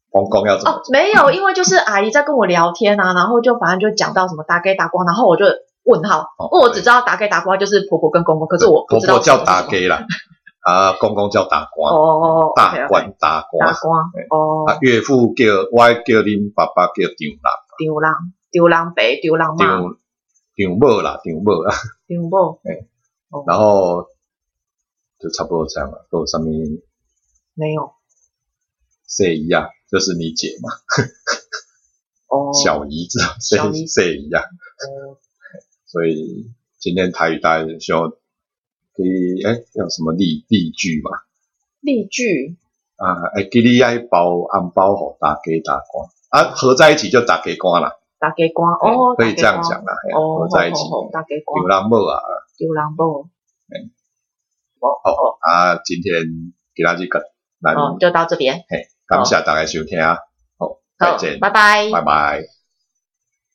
Speaker 1: 公公要怎么
Speaker 2: 哦，没
Speaker 1: 嗯
Speaker 2: 有，因为就是阿姨在跟我聊天啊，然后就反正就讲到什么打给打瓜，然后我就问号，
Speaker 1: 哦
Speaker 2: 因为我只知道打给打瓜就是婆婆跟公公，可是我不
Speaker 1: 婆
Speaker 2: 知道
Speaker 1: 婆叫
Speaker 2: 什么
Speaker 1: 打给啦，啊，公公叫打
Speaker 2: 哦
Speaker 1: 官，
Speaker 2: 哦哦，
Speaker 1: 大
Speaker 2: OK，OK，
Speaker 1: 官打官
Speaker 2: 打，瓜
Speaker 1: 对啊
Speaker 2: 哦，，
Speaker 1: 岳父叫我叫恁爸爸叫丈
Speaker 2: 丢浪丢浪北丢浪
Speaker 1: 啦，
Speaker 2: 妈
Speaker 1: 丈丈某啦，丈某啦，
Speaker 2: 丢某
Speaker 1: 对，
Speaker 2: 哦
Speaker 1: 然后就差不多这样了，都有上面
Speaker 2: 没有
Speaker 1: 谁一样，就是你姐嘛，
Speaker 2: 哦，
Speaker 1: 小姨子，啊谁
Speaker 2: 小姨
Speaker 1: 谁一样，
Speaker 2: 哦
Speaker 1: 所以今天台语大家需要给哎叫什么例例句嘛，
Speaker 2: 例句
Speaker 1: 啊，哎，给你爱包红包给大家打官，啊，合在一起就打给官啦。
Speaker 2: 打给瓜哦，
Speaker 1: 可以这样
Speaker 2: 打给
Speaker 1: 讲
Speaker 2: 瓜
Speaker 1: 啦，嘿啊
Speaker 2: 哦，
Speaker 1: 合在一起，
Speaker 2: 好好好打给瓜
Speaker 1: 流浪某啊，
Speaker 2: 丢哦浪某，
Speaker 1: 好啊，今天给大家这个，咱
Speaker 2: 哦，就到这边，
Speaker 1: 嘿，感谢大家收听啊，好，再
Speaker 2: 好
Speaker 1: 见，，
Speaker 2: 拜拜。
Speaker 1: 拜拜。